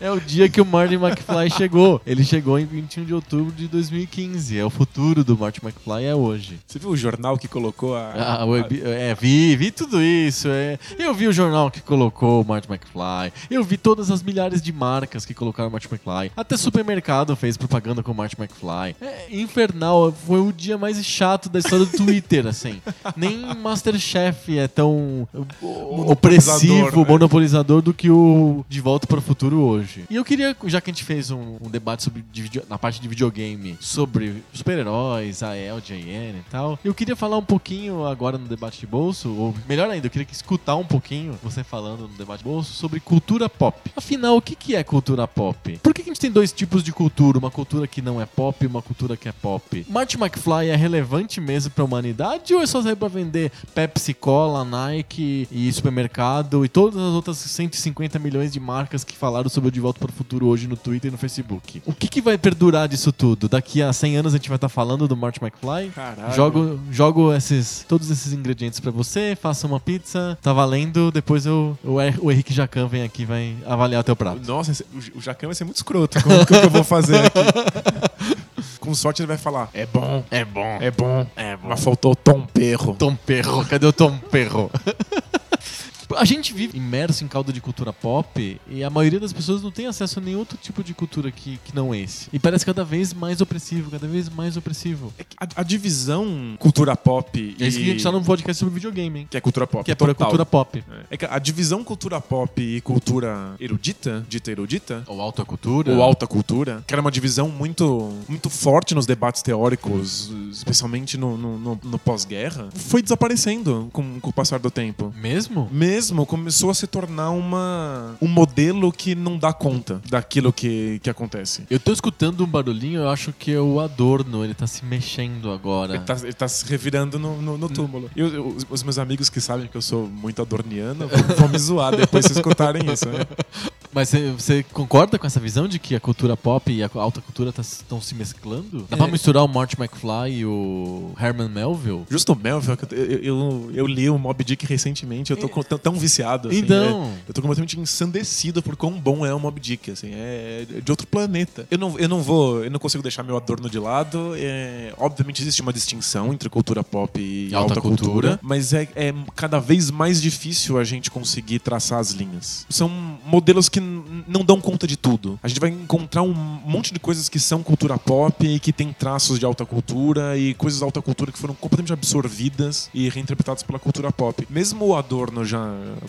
A: é o dia que o Marty McFly chegou. Ele chegou em 21 de outubro de 2015. É o futuro do Marty McFly é hoje.
B: Você viu o jornal que colocou a.
A: Ah, eu vi- é, vi, vi tudo isso. é. Eu vi o jornal que colocou o Marty McFly. Eu vi todas as milhares de marcas que colocaram o Marty McFly. Até supermercado fez propaganda com o Marty McFly. É infernal. Foi o dia mais chato da história do Twitter, assim. Nem Masterchef é tão opressivo,
B: Monopolizador, né?
A: monopolizador do que o De Volta para o Futuro hoje. E eu queria, já que a gente fez um, um debate sobre de video- na parte de videogame sobre super-heróis, a LJN e tal, eu queria falar um pouquinho agora no debate de bolso, ou melhor ainda, eu queria que escutar um pouquinho você falando no debate de bolso sobre cultura pop. Afinal, o que, que é cultura pop? Por que, que a gente tem dois tipos de cultura? Uma cultura que não é pop e uma cultura que é pop? Marty McFly é relevante mesmo pra humanidade ou é só sair pra vender Pepsi, Cola, Nike e supermercado e todas as outras 150 milhões de marcas que falaram sobre o De Volta para o Futuro hoje no Twitter e no Facebook? O que, que vai perdurar disso tudo? Daqui a 100 anos a gente vai estar falando do Marty McFly?
B: Caralho.
A: Jogo, jogo esses, todos esses ingredientes pra você, faça uma pizza, tá valendo, depois eu, o, Hen- o Henrique Jacan vem aqui e vai avaliar o teu prato.
B: Nossa, esse- o J- o Jacan vai ser muito escroto com o que eu vou fazer aqui. Com sorte ele vai falar, é bom,
A: É bom.
B: é bom,
A: É bom.
B: mas faltou Tom Perro.
A: Tom Perro, cadê o Tom Perro? A gente vive imerso em caldo de cultura pop e a maioria das pessoas não tem acesso a nenhum outro tipo de cultura que, que não esse. E parece cada vez mais opressivo, cada vez mais opressivo.
B: É A, a divisão cultura pop e...
A: É isso que a gente tá num podcast sobre videogame, hein?
B: Que é cultura pop.
A: Que é pura
B: total.
A: cultura pop.
B: É que a divisão cultura pop e cultura erudita, dita erudita,
A: Ou alta é cultura.
B: ou alta cultura, que era uma divisão muito, muito forte nos debates teóricos, especialmente no, no, no- no pós-guerra, foi desaparecendo com, com o passar do tempo.
A: Mesmo?
B: Mesmo começou a se tornar uma, um modelo que não dá conta daquilo que, que acontece.
A: Eu tô escutando um barulhinho, eu acho que é o Adorno, ele tá se mexendo agora.
B: Ele tá, ele tá se revirando no, no- no túmulo. E eu- os, os meus amigos que sabem que eu sou muito adorniano vão vão me zoar depois se escutarem isso. Né?
A: Mas você- você concorda com essa visão de que a cultura pop e a alta cultura estão se mesclando? Dá pra
B: É.
A: misturar o Marty McFly e o Herman Melville?
B: Justo o Melville, que eu, eu- eu, eu li o Mob Dick recentemente, eu tô com- tão, tão viciado. Assim,
A: Então.
B: é- eu tô completamente ensandecido por quão bom é o Mob Dick, assim, é, é de outro planeta. Eu não, eu não vou, eu não consigo deixar meu adorno de lado. é, obviamente existe uma distinção entre cultura pop e,
A: E alta
B: alta, cultura,
A: cultura.
B: mas é, é cada vez mais difícil a gente conseguir traçar as linhas. São modelos que n- não dão conta de tudo. A gente vai encontrar um monte de coisas que são cultura pop e que tem traços de alta cultura e coisas da alta cultura que foram completamente absorvidas e reinterpretadas pela cultura pop. Mesmo o Adorno já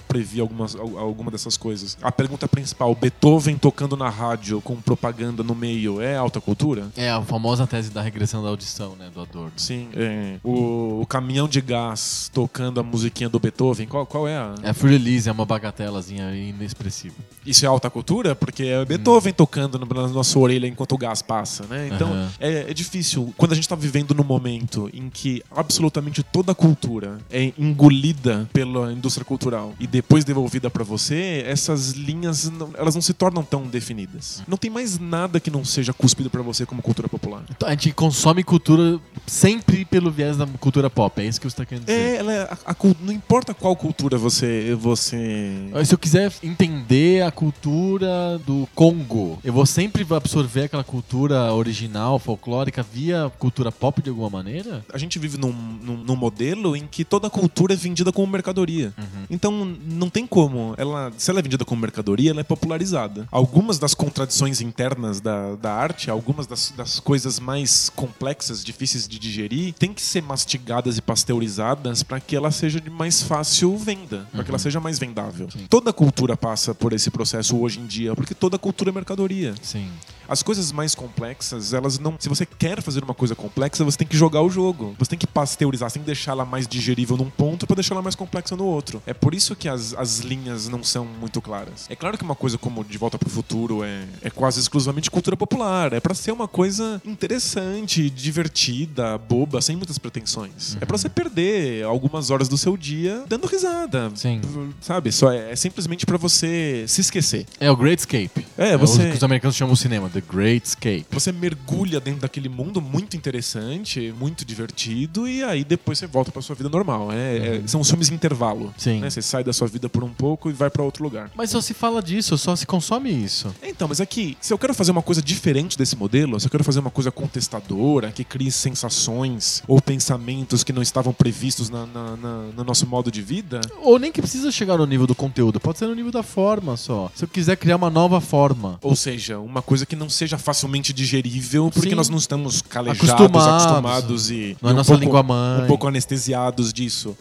B: previa algumas, al- alguma dessas coisas. A pergunta principal, Beethoven tocando na rádio com propaganda no meio, é alta cultura?
A: É a famosa tese da regressão da audição, né, do Adorno.
B: Sim. é. O, o caminhão de gás tocando a musiquinha do Beethoven, qual, qual é a.
A: É free release, é uma bagatelazinha inexpressiva.
B: Isso é alta cultura? Porque é Beethoven tocando no- na nossa orelha enquanto o gás passa, né? Então
A: Hum. Aham.
B: é, é difícil. Quando a gente tá vivendo num momento em que absolutamente toda a cultura é engolida pela indústria cultural e depois devolvida pra você, essas linhas não- elas não se tornam tão
A: Hum.
B: definidas. Não tem mais nada que não seja cuspido pra você como cultura popular.
A: Então, A gente consome cultura sempre pelo viés da cultura pop, é isso que você tá querendo dizer.
B: É, ela é- a- a cul- não importa qual cultura você você
A: Se eu quiser entender a cultura do Congo, eu vou sempre absorver aquela cultura original, folclórica, via cultura pop de alguma maneira?
B: a gente vive num, num- num modelo em que toda a cultura é vendida como mercadoria. Então não tem como. Ela, se ela é vendida como mercadoria, ela é popularizada. Algumas das contradições internas da, da arte, algumas das, das coisas mais complexas, difíceis de digerir, tem que ser mastigadas e pasteurizadas para que ela seja de mais fácil venda, para que ela seja mais vendável. Toda cultura passa por esse processo hoje em dia, porque toda cultura é mercadoria.
A: Sim.
B: As coisas mais complexas, elas não. Se você quer fazer uma coisa complexa, você tem que jogar o jogo. Você tem que pasteurizar, você tem que deixar ela mais digerível num ponto pra deixar ela mais complexa no outro. É por isso que as, as linhas não são muito claras. É claro que uma coisa como De Volta pro Futuro é, é quase exclusivamente cultura popular. É pra ser uma coisa interessante, divertida, boba, sem muitas pretensões.
A: Uhum.
B: É pra você perder algumas horas do seu dia dando risada.
A: Sim.
B: Sabe? Só é, é simplesmente pra você se esquecer.
A: É o Great Escape.
B: É, você-
A: o que os americanos chamam o cinema, The Great Escape.
B: Você mergulha dentro daquele mundo muito interessante, muito divertido, e aí depois você volta pra sua vida normal. É, é- são os filmes de intervalo.
A: Sim.
B: né? Você sai da sua vida por um pouco e vai pra outro lugar.
A: Mas só se fala disso, só se consome isso.
B: Então, mas aqui, se eu quero fazer uma coisa diferente desse modelo, se eu quero fazer uma coisa contestadora, que crie sensações ou pensamentos que não estavam previstos na- na- na- no nosso modo de vida,
A: Ou nem que precisa chegar no nível do conteúdo, pode ser no nível da forma só. Se eu quiser criar uma nova forma.
B: Ou seja, uma coisa que não seja facilmente digerível, porque
A: Sim.
B: nós não estamos calejados,
A: Acostumados.
B: acostumados, e,
A: Não é
B: e
A: nossa língua mãe. Uhum.
B: um pouco anestesiados disso.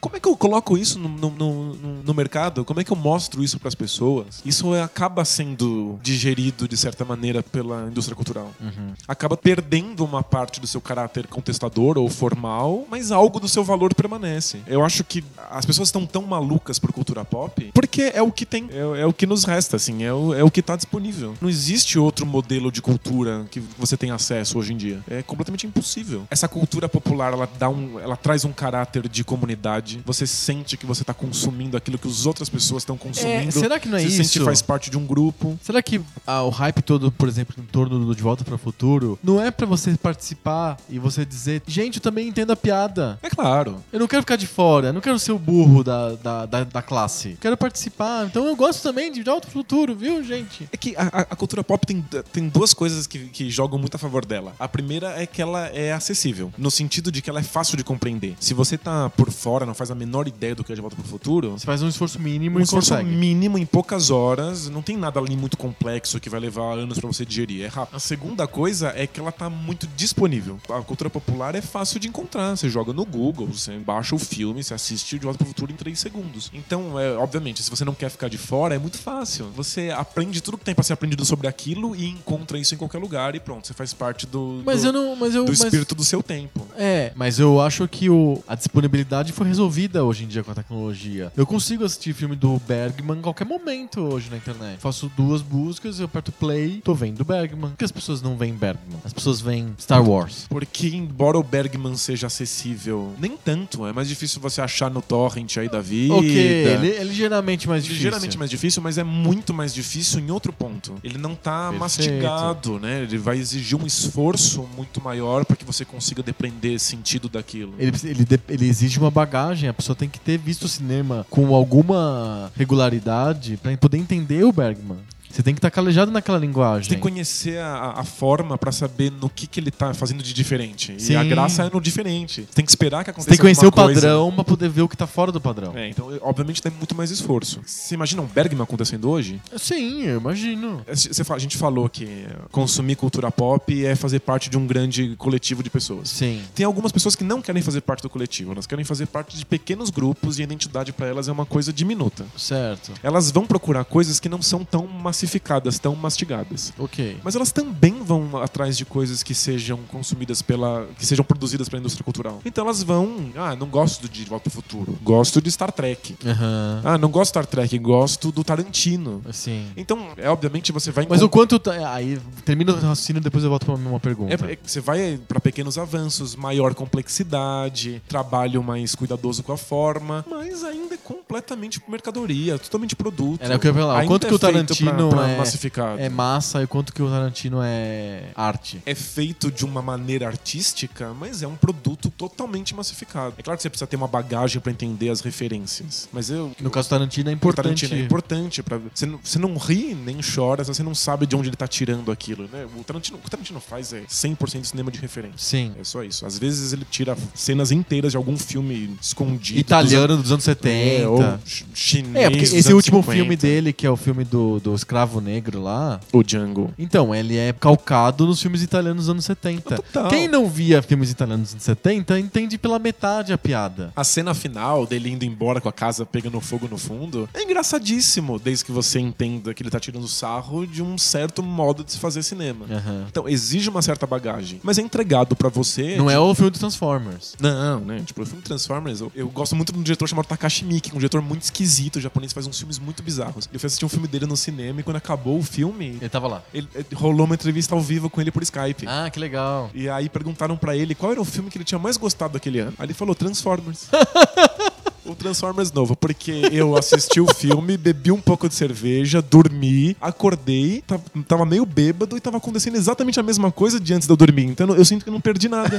B: Como é que eu coloco isso no, no- no- no- no mercado? Como é que eu mostro isso para as pessoas? Isso é- acaba sendo digerido, de certa maneira, pela indústria cultural.
A: Uhum.
B: Acaba perdendo uma parte do seu caráter contestador ou formal, mas algo do seu valor permanece. Eu acho que as pessoas estão tão malucas por cultura pop porque é o que tem, é, é o que nos resta, assim, é o, é o que tá disponível. Não existe outro modelo de cultura que você tem acesso hoje em dia. É completamente impossível. Essa cultura popular, ela dá um, ela traz um caráter de comunidade. Você sente que você tá consumindo aquilo que as outras pessoas estão consumindo.
A: É, será que não é
B: você sente
A: isso?
B: que faz parte de um grupo.
A: Será que ah, o hype todo, por exemplo, em torno do De Volta para o Futuro, não é pra você participar e você dizer, gente, eu também entendo a piada.
B: É claro.
A: Eu não quero ficar de fora, eu não quero ser o burro da, da, da, da classe. Quero participar, então eu gosto também de De Volta para o Futuro, viu, gente?
B: É que a, a- a cultura pop tem, tem duas coisas que, que jogam muito a favor dela. A primeira é que ela é acessível, no sentido de que ela é fácil de compreender. Se você tá por fora, não faz a menor ideia do que é de volta pro futuro.
A: Você faz um esforço mínimo
B: Um
A: e
B: esforço
A: consegue.
B: mínimo em poucas horas, não tem nada ali muito complexo que vai levar anos pra você digerir, é rápido. A segunda coisa é que ela tá muito disponível. A cultura popular é fácil de encontrar, você joga no Google, você baixa o filme, você assiste De Volta pro Futuro em 3 segundos. Então, é, obviamente, se você não quer ficar de fora, é muito fácil. Você aprende tudo que tem pra ser aprendido sobre aquilo e encontra isso em qualquer lugar e pronto, você faz parte do,
A: Mas
B: do,
A: eu não. Mas eu,
B: do
A: mas-
B: espírito do seu tempo.
A: É, mas eu acho que o- a disponibilidade foi resolvida hoje em dia com a tecnologia. Eu consigo assistir filme do Bergman em qualquer momento hoje na internet. Faço duas buscas, eu aperto play, tô vendo Bergman. Por que as pessoas não veem Bergman? As pessoas veem Star Wars.
B: Porque, embora o Bergman seja acessível, nem tanto. É mais difícil você achar no torrent aí da vida.
A: ok, ele, ele é ligeiramente mais difícil.
B: Ligeiramente mais difícil, mas é muito mais difícil em outro ponto. Ele não tá
A: Perfeito.
B: mastigado, né? Ele vai exigir um esforço muito maior para que você consiga depreender sentido daquilo.
A: Ele, precisa- ele de- ele exige uma bagagem, a pessoa tem que ter visto o cinema com alguma regularidade pra poder entender o Bergman. Você tem que estar calejado naquela linguagem.
B: Tem que conhecer a, a forma para saber no que, que ele tá fazendo de diferente.
A: Sim.
B: E a graça é no diferente. Tem que esperar
A: Você
B: que aconteça
A: tem que conhecer o
B: alguma coisa.
A: padrão pra poder ver o que tá fora do padrão.
B: É, então, obviamente, tem muito mais esforço. Você imagina um Bergman acontecendo hoje?
A: Sim, eu imagino.
B: Você fa- A gente falou que consumir cultura pop é fazer parte de um grande coletivo de pessoas.
A: Sim.
B: Tem algumas pessoas que não querem fazer parte do coletivo, elas querem fazer parte de pequenos grupos e a identidade para elas é uma coisa diminuta.
A: Certo.
B: Elas vão procurar coisas que não são tão massificadas, tão mastigadas.
A: Ok.
B: Mas elas também vão atrás de coisas que sejam consumidas pela. que sejam produzidas pela indústria cultural. Então elas vão. Ah, não gosto de De Volta ao Futuro. Gosto de Star Trek.
A: Aham.
B: Ah, não gosto de Star Trek, gosto do Tarantino.
A: Sim.
B: Então, é obviamente você vai
A: Mas o quanto. tá- Aí termina o raciocínio depois eu volto pra uma pergunta.
B: É, é, você vai pra pequenos avanços, maior complexidade, trabalho mais cuidadoso com a forma, mas ainda é completamente mercadoria, totalmente produto.
A: Era É, né, o que eu ia falar. O
B: Ainda
A: quanto que o
B: feito
A: Tarantino
B: pra, pra
A: é-
B: massificado.
A: É massa e quanto que o Tarantino é arte.
B: é feito de uma maneira artística, mas é um produto totalmente massificado. É claro que você precisa ter uma bagagem pra entender as referências, mas eu
A: No caso do Tarantino é
B: o
A: importante.
B: Tarantino é importante para você não, você não ri nem chora, você não sabe de onde ele tá tirando aquilo, né? O Tarantino, o que o Tarantino faz é 100% cinema de referência.
A: Sim.
B: É só isso. Às vezes ele tira cenas inteiras de algum filme escondido.
A: Italiano dos anos 70.
B: Dos anos- é, ou ch- chinês.
A: É, porque
B: dos
A: esse
B: anos
A: último
B: 50.
A: filme dele, que é o filme do, do escravo negro lá,
B: O Django.
A: Então, ele é calcado nos filmes italianos dos anos 70.
B: Total.
A: Quem não via filmes italianos dos anos 70 entende pela metade a piada.
B: A cena final dele indo embora com a casa pegando fogo no fundo é engraçadíssimo, desde que você entenda que ele tá tirando sarro de um certo modo de se fazer cinema.
A: Aham.
B: Então, exige uma certa bagagem, mas é entregado pra você.
A: Não é o filme dos Transformers.
B: Não, né? Tipo, o filme Transformers, eu, eu gosto muito de um diretor chamado Takashi Miike, que é um diretor muito esquisito, japonês, faz uns filmes muito bizarros. Eu fui assistir um filme dele no cinema e quando acabou o filme,
A: Ele tava lá.
B: ele, eh, rolou uma entrevista ao vivo com ele por Skype.
A: Ah, que legal.
B: E aí perguntaram pra ele qual era o filme que ele tinha mais gostado daquele ano. Aí ele falou Transformers. O Transformers novo, porque eu assisti o filme, bebi um pouco de cerveja, dormi, acordei, ta- tava meio bêbado e tava acontecendo exatamente a mesma coisa de antes de eu dormir. Então eu sinto que eu não perdi nada.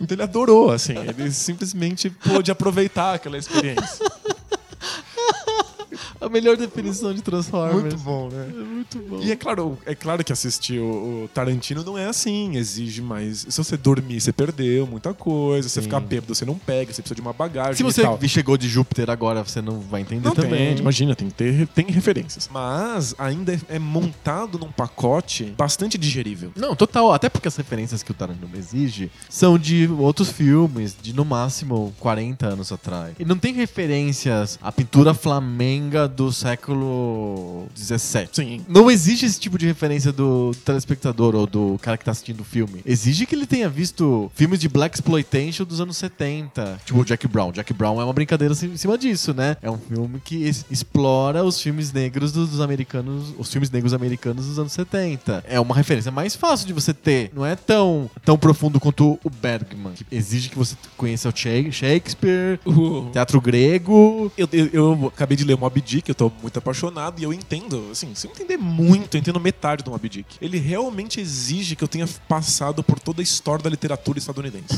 B: Então ele adorou, assim. Ele simplesmente pôde aproveitar aquela experiência.
A: A melhor definição de Transformers.
B: Muito bom, né?
A: É muito bom.
B: E é claro, é claro que assistir o, o Tarantino não é assim, exige mais. Se você dormir, você perdeu muita coisa, se você ficar bêbado, você não pega, você precisa de uma bagagem.
A: Se você
B: e tal.
A: chegou de Júpiter agora, você não vai entender
B: Não
A: também.
B: tem, imagina, tem que ter tem referências. Mas ainda é- é montado num pacote bastante digerível.
A: Não, total. Até porque as referências que o Tarantino exige são de outros filmes, de no máximo 40 anos atrás. E não tem referências à pintura flamenga do século XVII.
B: Sim.
A: Não exige esse tipo de referência do telespectador ou do cara que tá assistindo o filme. Exige que ele tenha visto filmes de Black Exploitation dos anos 70, tipo o Jack Brown. Jack Brown é uma brincadeira em cima disso, né? É um filme que es- explora os filmes negros dos, dos americanos, os filmes negros americanos dos anos 70. É uma referência mais fácil de você ter. Não é tão, tão profundo quanto o Bergman, que exige que você conheça o Shake- Shakespeare, teatro grego.
B: Eu, eu- eu acabei de ler o Mob Dick, eu tô muito apaixonado e eu entendo, assim, se eu entender muito, eu entendo metade do Mob Dick. Ele realmente exige que eu tenha passado por toda a história da literatura estadunidense.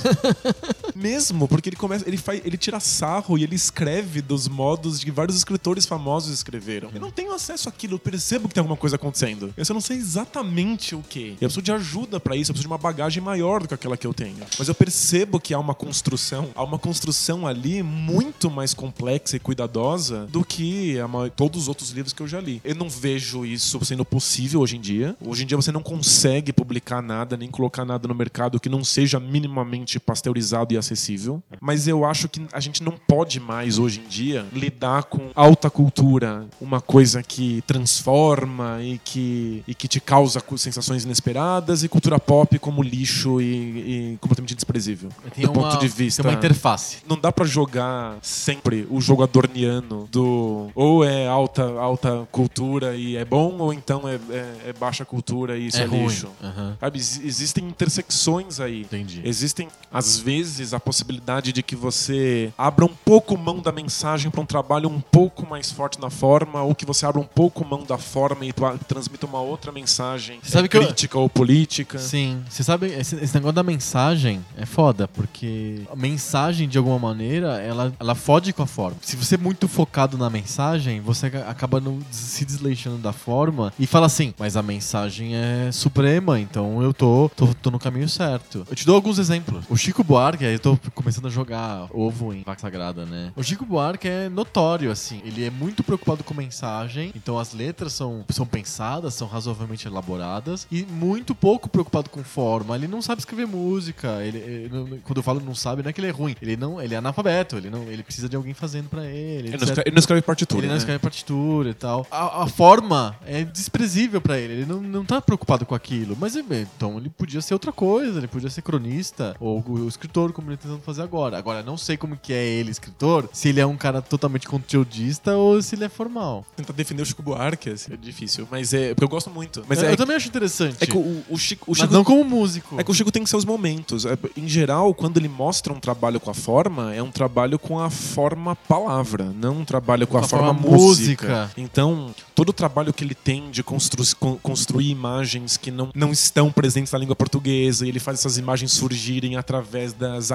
B: Mesmo, porque ele começa, ele faz, ele tira sarro e ele escreve dos modos que vários escritores famosos escreveram. Eu não tenho acesso àquilo, eu percebo que tem alguma coisa acontecendo. Eu só não sei exatamente o que. Eu preciso de ajuda pra isso, eu preciso de uma bagagem maior do que aquela que eu tenho. Mas eu percebo que há uma construção, há uma construção ali muito mais complexa e cuidadosa do que a ma- todos os outros livros que eu já li. Eu não vejo isso sendo possível hoje em dia. Hoje em dia você não consegue publicar nada, nem colocar nada no mercado que não seja minimamente pasteurizado e acessível. Mas eu acho que a gente não pode mais hoje em dia lidar com alta cultura, uma coisa que transforma e que, e que te causa cu- sensações inesperadas, e cultura pop como lixo e, e completamente desprezível. do ponto de vista
A: Tem uma interface.
B: não dá pra jogar sempre o jogo adorniano do ou é alta, alta cultura e é bom, ou então é, é- é baixa cultura e isso é,
A: ruim.
B: lixo.
A: Aham.
B: Sabe, ex- existem intersecções aí.
A: Entendi.
B: Existem, às vezes, a possibilidade de que você abra um pouco mão da mensagem pra um trabalho um pouco mais forte na forma, ou que você abra um pouco mão da forma e tua- transmita uma outra mensagem
A: Você sabe
B: eh,
A: que eu-
B: crítica ou política.
A: Sim, você sabe, esse, esse negócio da mensagem é foda, porque a mensagem, de alguma maneira, ela, ela fode com a forma. Se você é muito focado na mensagem, você aca- acaba não des- se desleixando da forma e fala assim, mas a mensagem é suprema, então eu tô, tô, tô no caminho certo. Eu te dou alguns exemplos. O Chico Buarque, aí eu tô começando a jogar ovo em vaca sagrada, né? O Chico Buarque é notório, assim, ele é muito preocupado com mensagem, então as letras são, são pensadas, são razoavelmente elaboradas e muito pouco preocupado com forma. Ele não sabe escrever música. Ele, ele não- quando eu falo não sabe, não é que ele é ruim. Ele não, ele é analfabeto. Ele não, ele precisa de alguém fazendo pra ele.
B: Ele, não
A: etc.
B: escreve, ele não escreve partitura.
A: Ele não
B: né?
A: escreve partitura e tal. A, a forma é desprezível pra ele. Ele não, não tá preocupado com aquilo. Mas ele- então ele podia ser outra coisa. Ele podia ser cronista ou o escritor, como ele tá tentando fazer agora. Agora, não sei como que é ele, escritor. Se ele é um cara totalmente conteudista ou se ele é formal.
B: Tentar defender o Chico Buarque assim, é difícil, mas é. Porque eu gosto muito. Mas
A: eu,
B: é,
A: eu também acho interessante.
B: é que o, o Chico. O
A: mas
B: Chico
A: não como músico.
B: É que o Chico tem seus momentos. É, Em geral, quando ele mostra um trabalho com a forma, é um trabalho com a forma palavra, não um trabalho com a, forma, música. Então, todo o trabalho que ele tem de constru- con- construir imagens que não, não estão presentes na língua portuguesa, e ele faz essas imagens surgirem através das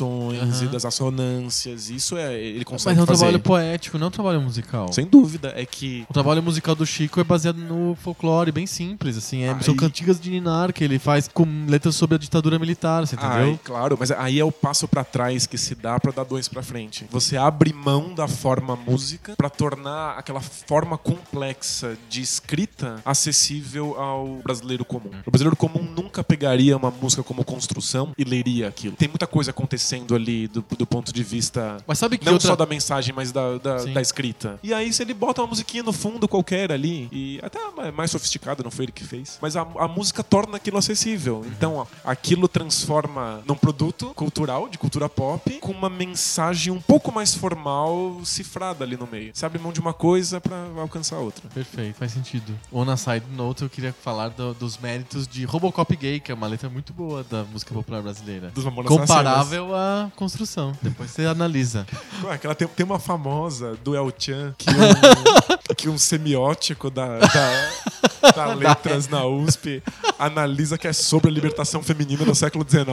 B: aliterações e
A: Aham.
B: das assonâncias, isso é ele
A: Mas
B: consegue
A: é um
B: fazer.
A: trabalho poético, não é um trabalho musical.
B: Sem dúvida, é que
A: O trabalho musical do Chico é baseado no folclore, bem simples, assim. é-
B: Aí-
A: São cantigas de Ninar que ele faz com letras sobre a ditadura militar, você entendeu?
B: Ai, claro, mas aí é o passo pra trás que se dá pra dar dois pra frente. Você abre mão da forma música pra tornar aquela forma complexa de escrita acessível ao brasileiro comum. O brasileiro comum nunca pegaria uma música como construção e leria aquilo. Tem muita coisa acontecendo ali do, do ponto de vista
A: Mas sabe que
B: não
A: outra...
B: só da mensagem, mas da, da,
A: Sim.
B: da escrita. E aí, se ele bota uma musiquinha no fundo qualquer ali, e até é mais sofisticada, não foi ele que fez, mas a, a música torna aquilo acessível. Então, ó, aquilo transforma num produto cultural, de cultura pop, com uma mensagem um pouco mais formal, cifrada ali no meio. Você abre mão de uma coisa pra alcançar outra.
A: Perfeito, faz sentido. Ou na side note, eu queria falar do- dos méritos de Robocop Gay, que é uma letra muito boa da música popular brasileira.
B: Dos Mamonas Assassinas.
A: Comparável à construção. Depois você analisa.
B: Ué, Aquela tem, tem uma famosa do El Chan que é um, que um semiótico da, da, da Letras na USP analisa que é sobre a libertação feminina no século XIX.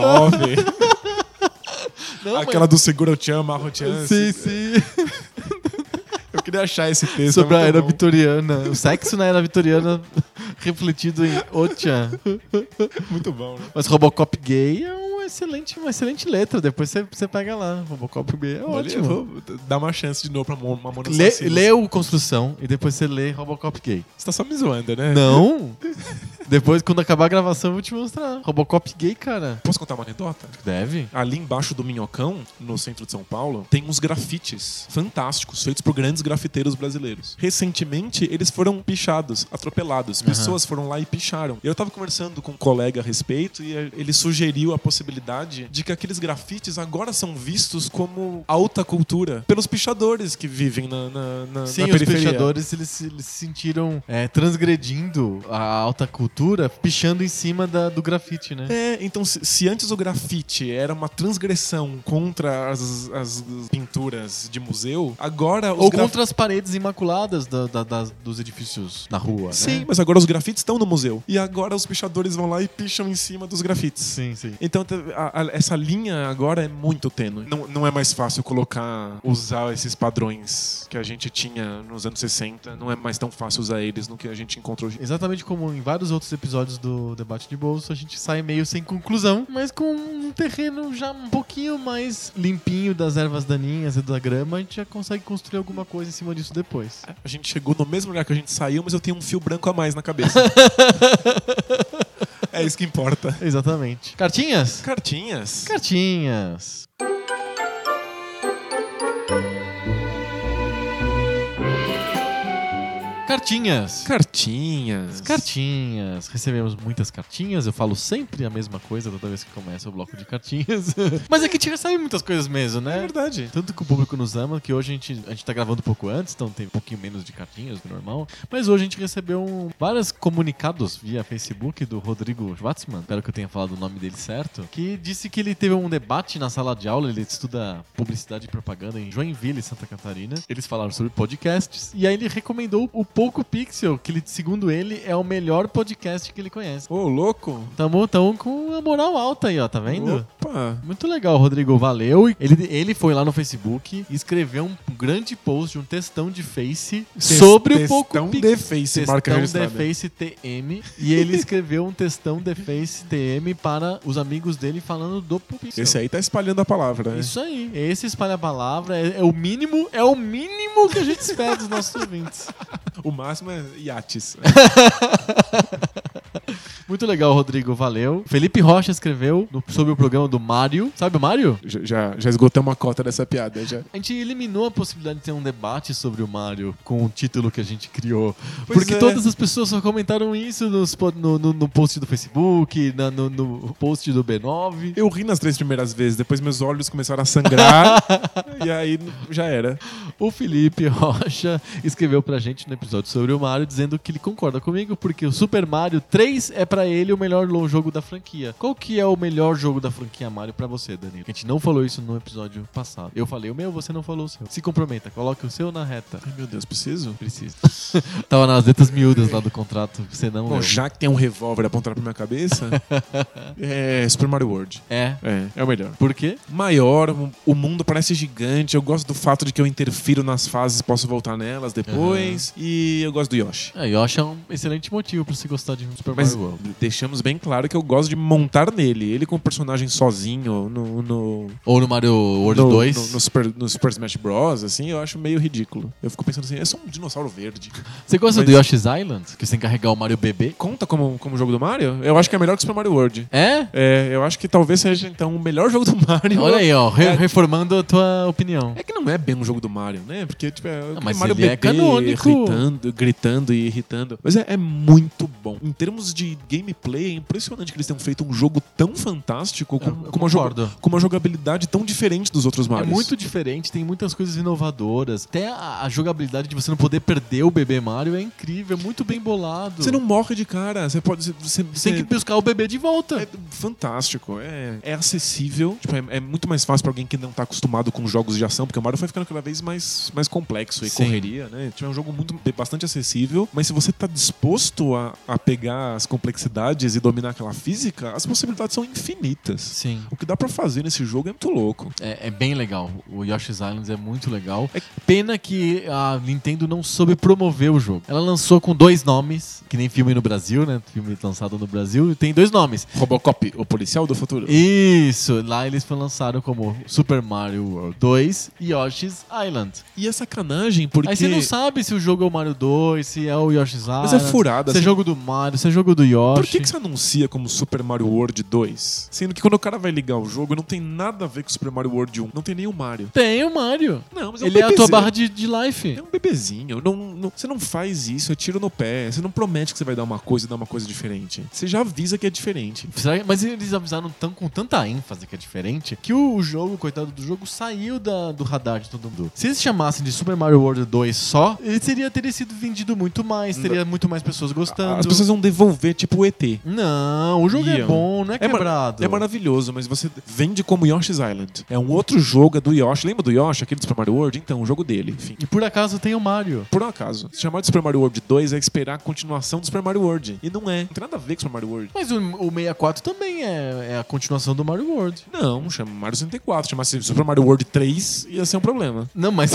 A: Não,
B: Aquela do Segura o Tchan, Marro Tchan.
A: Sim, sim.
B: assim. Eu queria achar esse texto.
A: Sobre
B: é
A: a
B: muito
A: era
B: bom.
A: vitoriana. O sexo na era vitoriana refletido em Ocha.
B: Muito bom, né?
A: Mas Robocop gay é uma excelente, uma excelente letra. Depois você, você pega lá. Robocop gay é
B: Olha,
A: ótimo.
B: eu vou dar uma chance de novo pra Mo- Mamona
A: Lê,
B: Assassina.
A: lê o Construção e depois você lê Robocop gay.
B: Você tá só me zoando, né?
A: Não! depois, quando acabar a gravação, eu vou te mostrar. Robocop gay, cara.
B: Posso contar uma anedota?
A: Deve?
B: Ali embaixo do Minhocão, no centro de São Paulo, tem uns grafites fantásticos, feitos por grandes grafiteiros brasileiros. Recentemente, eles foram pichados, atropelados. Pessoas foram lá e picharam. Eu tava conversando com um colega a respeito e eh, ele sugeriu a possibilidade de que aqueles grafites agora são vistos como alta cultura pelos pichadores que vivem na, na, na,
A: Sim,
B: na
A: os
B: periferia.
A: pichadores eles, se- eles se sentiram é, transgredindo a alta cultura, pichando em cima da- do grafite, né?
B: É, então se, se antes o grafite era uma transgressão contra as, as pinturas de museu, agora os
A: Ou
B: graf-
A: contra as paredes imaculadas da- da- das- dos edifícios na rua, né?
B: Sim, mas agora os grafites estão no museu. E agora os pichadores vão lá e picham em cima dos grafites.
A: Sim, sim.
B: Então te- a- a- essa linha agora é muito tênue. Não, não é mais fácil colocar, usar esses padrões que a gente tinha nos anos 60. Não é mais tão fácil usar eles no que a gente encontra hoje.
A: Exatamente como em vários outros episódios do Debate de Bolso, a gente sai meio sem conclusão, mas com um terreno já um pouquinho mais limpinho das ervas daninhas e da grama, a gente já consegue construir alguma coisa em cima disso depois.
B: A gente chegou no mesmo lugar que a gente saiu, mas eu tenho um fio branco a mais na cabeça. é isso que importa.
A: Exatamente. Cartinhas?
B: Cartinhas.
A: Cartinhas. Cartinhas.
B: Cartinhas.
A: Cartinhas. Recebemos muitas cartinhas. Eu falo sempre a mesma coisa toda vez que começa o bloco de cartinhas. Mas é que a gente recebe muitas coisas mesmo,
B: É
A: né?
B: verdade.
A: Tanto que o público nos ama, que hoje a gente, a gente tá gravando um pouco antes, então tem um pouquinho menos de cartinhas do normal. Mas hoje a gente recebeu um- vários comunicados via Facebook do Rodrigo Schwatzman, espero que eu tenha falado o nome dele certo, que disse que ele teve um debate na sala de aula, ele estuda publicidade e propaganda em Joinville, Santa Catarina. Eles falaram sobre podcasts, e aí ele recomendou o Poco Pixel, que ele, segundo ele é o melhor podcast que ele conhece.
B: Ô, louco.
A: Tamo, tamo com a moral alta aí, ó, tá vendo?
B: Opa.
A: Muito legal, Rodrigo. Valeu. Ele, ele foi lá no Facebook e escreveu um grande post, um textão de face sobre o pouco
B: Textão de face, marca
A: Textão de
B: registrada.
A: Face TM. E ele escreveu um textão de Face TM para os amigos dele falando do Pupixel.
B: Esse aí tá espalhando a palavra, né?
A: Isso aí. Esse espalha a palavra. É, é o mínimo, é o mínimo que a gente espera dos nossos ouvintes.
B: O máximo é iates.
A: Muito legal, Rodrigo. Valeu. Felipe Rocha escreveu no- sobre o programa do Mário. Sabe o Mário?
B: já, já, já esgotamos a cota dessa piada, já.
A: A gente eliminou a possibilidade de ter um debate sobre o Mario com o título que a gente criou.
B: Pois
A: porque
B: é.
A: todas as pessoas só comentaram isso nos po- no, no- no post do Facebook, na- no, no post do B9.
B: Eu ri nas três primeiras vezes, depois meus olhos começaram a sangrar, e aí já era.
A: O Felipe Rocha escreveu pra gente no episódio sobre o Mario dizendo que ele concorda comigo porque o Super Mario 3 é pra ele o melhor lo- jogo da franquia. Qual que é o melhor jogo da franquia Mario pra você, Danilo? A gente não falou isso no episódio passado. Eu falei o meu, você não falou o seu. Se comprometa, coloque o seu na reta.
B: Ai, meu Deus, preciso?
A: Preciso. Tava nas letras miúdas lá do contrato, você não
B: Bom,
A: leu.
B: já que tem um revólver apontado pra minha cabeça, é Super Mario World.
A: É.
B: É, é o melhor.
A: Por quê?
B: Maior, o mundo parece gigante. Eu gosto do fato de que eu interfiro nas fases, posso voltar nelas depois. E eu gosto do Yoshi.
A: É, eu acho um excelente motivo pra você gostar de um Super
B: Mas
A: Mario World.
B: deixamos bem claro que eu gosto de montar nele. Ele com o personagem sozinho no. no...
A: Ou no Mario World
B: no,
A: 2.
B: no- no Super, no Super Smash Bros, assim, eu acho meio ridículo. Eu fico pensando assim, é só um dinossauro verde.
A: Você gosta
B: Mas-
A: do Yoshi's Island? Que você tem que carregar o Mario bebê?
B: Conta como, como jogo do Mario? Eu acho que é melhor que Super Mario World.
A: É?
B: É, eu acho que talvez seja, então, o melhor jogo do Mario.
A: Olha aí, ó, re-
B: É-
A: reformando a tua opinião.
B: É que não é bem um jogo do Mario, né? Porque, tipo, é aquele
A: mas
B: Mario
A: ele é
B: bebê
A: canônico.
B: Gritando, gritando e irritando. Mas é, é muito bom. Em termos de gameplay, é impressionante que eles tenham feito um jogo tão fantástico, com,
A: Eu- eu
B: com uma, jo-
A: concordo.
B: com uma jogabilidade tão diferente dos outros
A: É
B: Marios.
A: muito diferente, tem muitas coisas inovadoras. Até a, a jogabilidade de você não poder perder o bebê Mario é incrível, é muito bem bolado.
B: Você não morre de cara. Você pode. Você,
A: Você tem que buscar o bebê de volta.
B: É fantástico, é, é acessível. Tipo, é, é muito mais fácil pra alguém que não tá acostumado com jogos de ação, porque o Mario foi ficando cada vez mais, mais complexo e
A: Sim.
B: correria, né? Tipo, é um jogo muito, bastante acessível, mas se você tá disposto a, a pegar as complexidades e dominar aquela física, as possibilidades são infinitas.
A: Sim.
B: O que dá pra fazer nesse jogo é muito louco.
A: É, é bem legal. O Yoshi's Island é muito legal. É pena que a Nintendo não soube promover o jogo. Ela lançou com dois nomes, que nem filme no Brasil, né? Filme lançado no Brasil, e tem dois nomes.
B: Robocop, o policial do futuro.
A: Isso, lá eles foram lançaram como Super Mario World 2 e Yoshi's Island.
B: E é sacanagem, porque.
A: Aí você não sabe se o jogo é o Mario 2, se é o Yoshi's Island.
B: Mas é furada,
A: Se é
B: assim.
A: jogo do Mario, se é jogo do Yoshi.
B: Por que, que você anuncia como Super Mario World 2? Sendo que quando o cara vai ligar o jogo, não tem nada a ver com Super Mario World 1. Não tem nem o Mario.
A: Tem o Mario.
B: Não, mas é um
A: Ele é a tua
B: bebezinho.
A: barra de, de life.
B: É um bebezinho. Não, não- você não faz isso, é tiro no pé. Você não promete que você vai dar uma coisa e dar uma coisa diferente. Você já avisa que é diferente.
A: Será que- mas eles avisaram tão, com tanta ênfase que é diferente que o, o jogo, coitado do jogo, saiu da- do radar de todo mundo. Se eles chamassem de Super Mario World 2 só, ele seria, teria sido vendido muito mais, teria muito mais pessoas gostando.
B: As pessoas vão devolver, tipo o ET.
A: Não, o jogo é
B: Iam.
A: bom, não é,
B: É mar-
A: quebrado.
B: É maravilhoso, mas você vende como Yoshi's Island. É um outro jogo é do Yoshi. Lembra do Yoshi, aquele do Super Mario World? Então, o jogo dele, enfim.
A: E por acaso tem o Mario.
B: Por um acaso, se chamar de Super Mario World 2 é esperar a continuação do Super Mario World. E não é. Não tem nada a ver com Super Mario World.
A: Mas o, o 64 também é, é a continuação do Mario World.
B: Não, chama Mario 64. Chamasse Super Mario World 3 ia ser um problema.
A: Não, mas,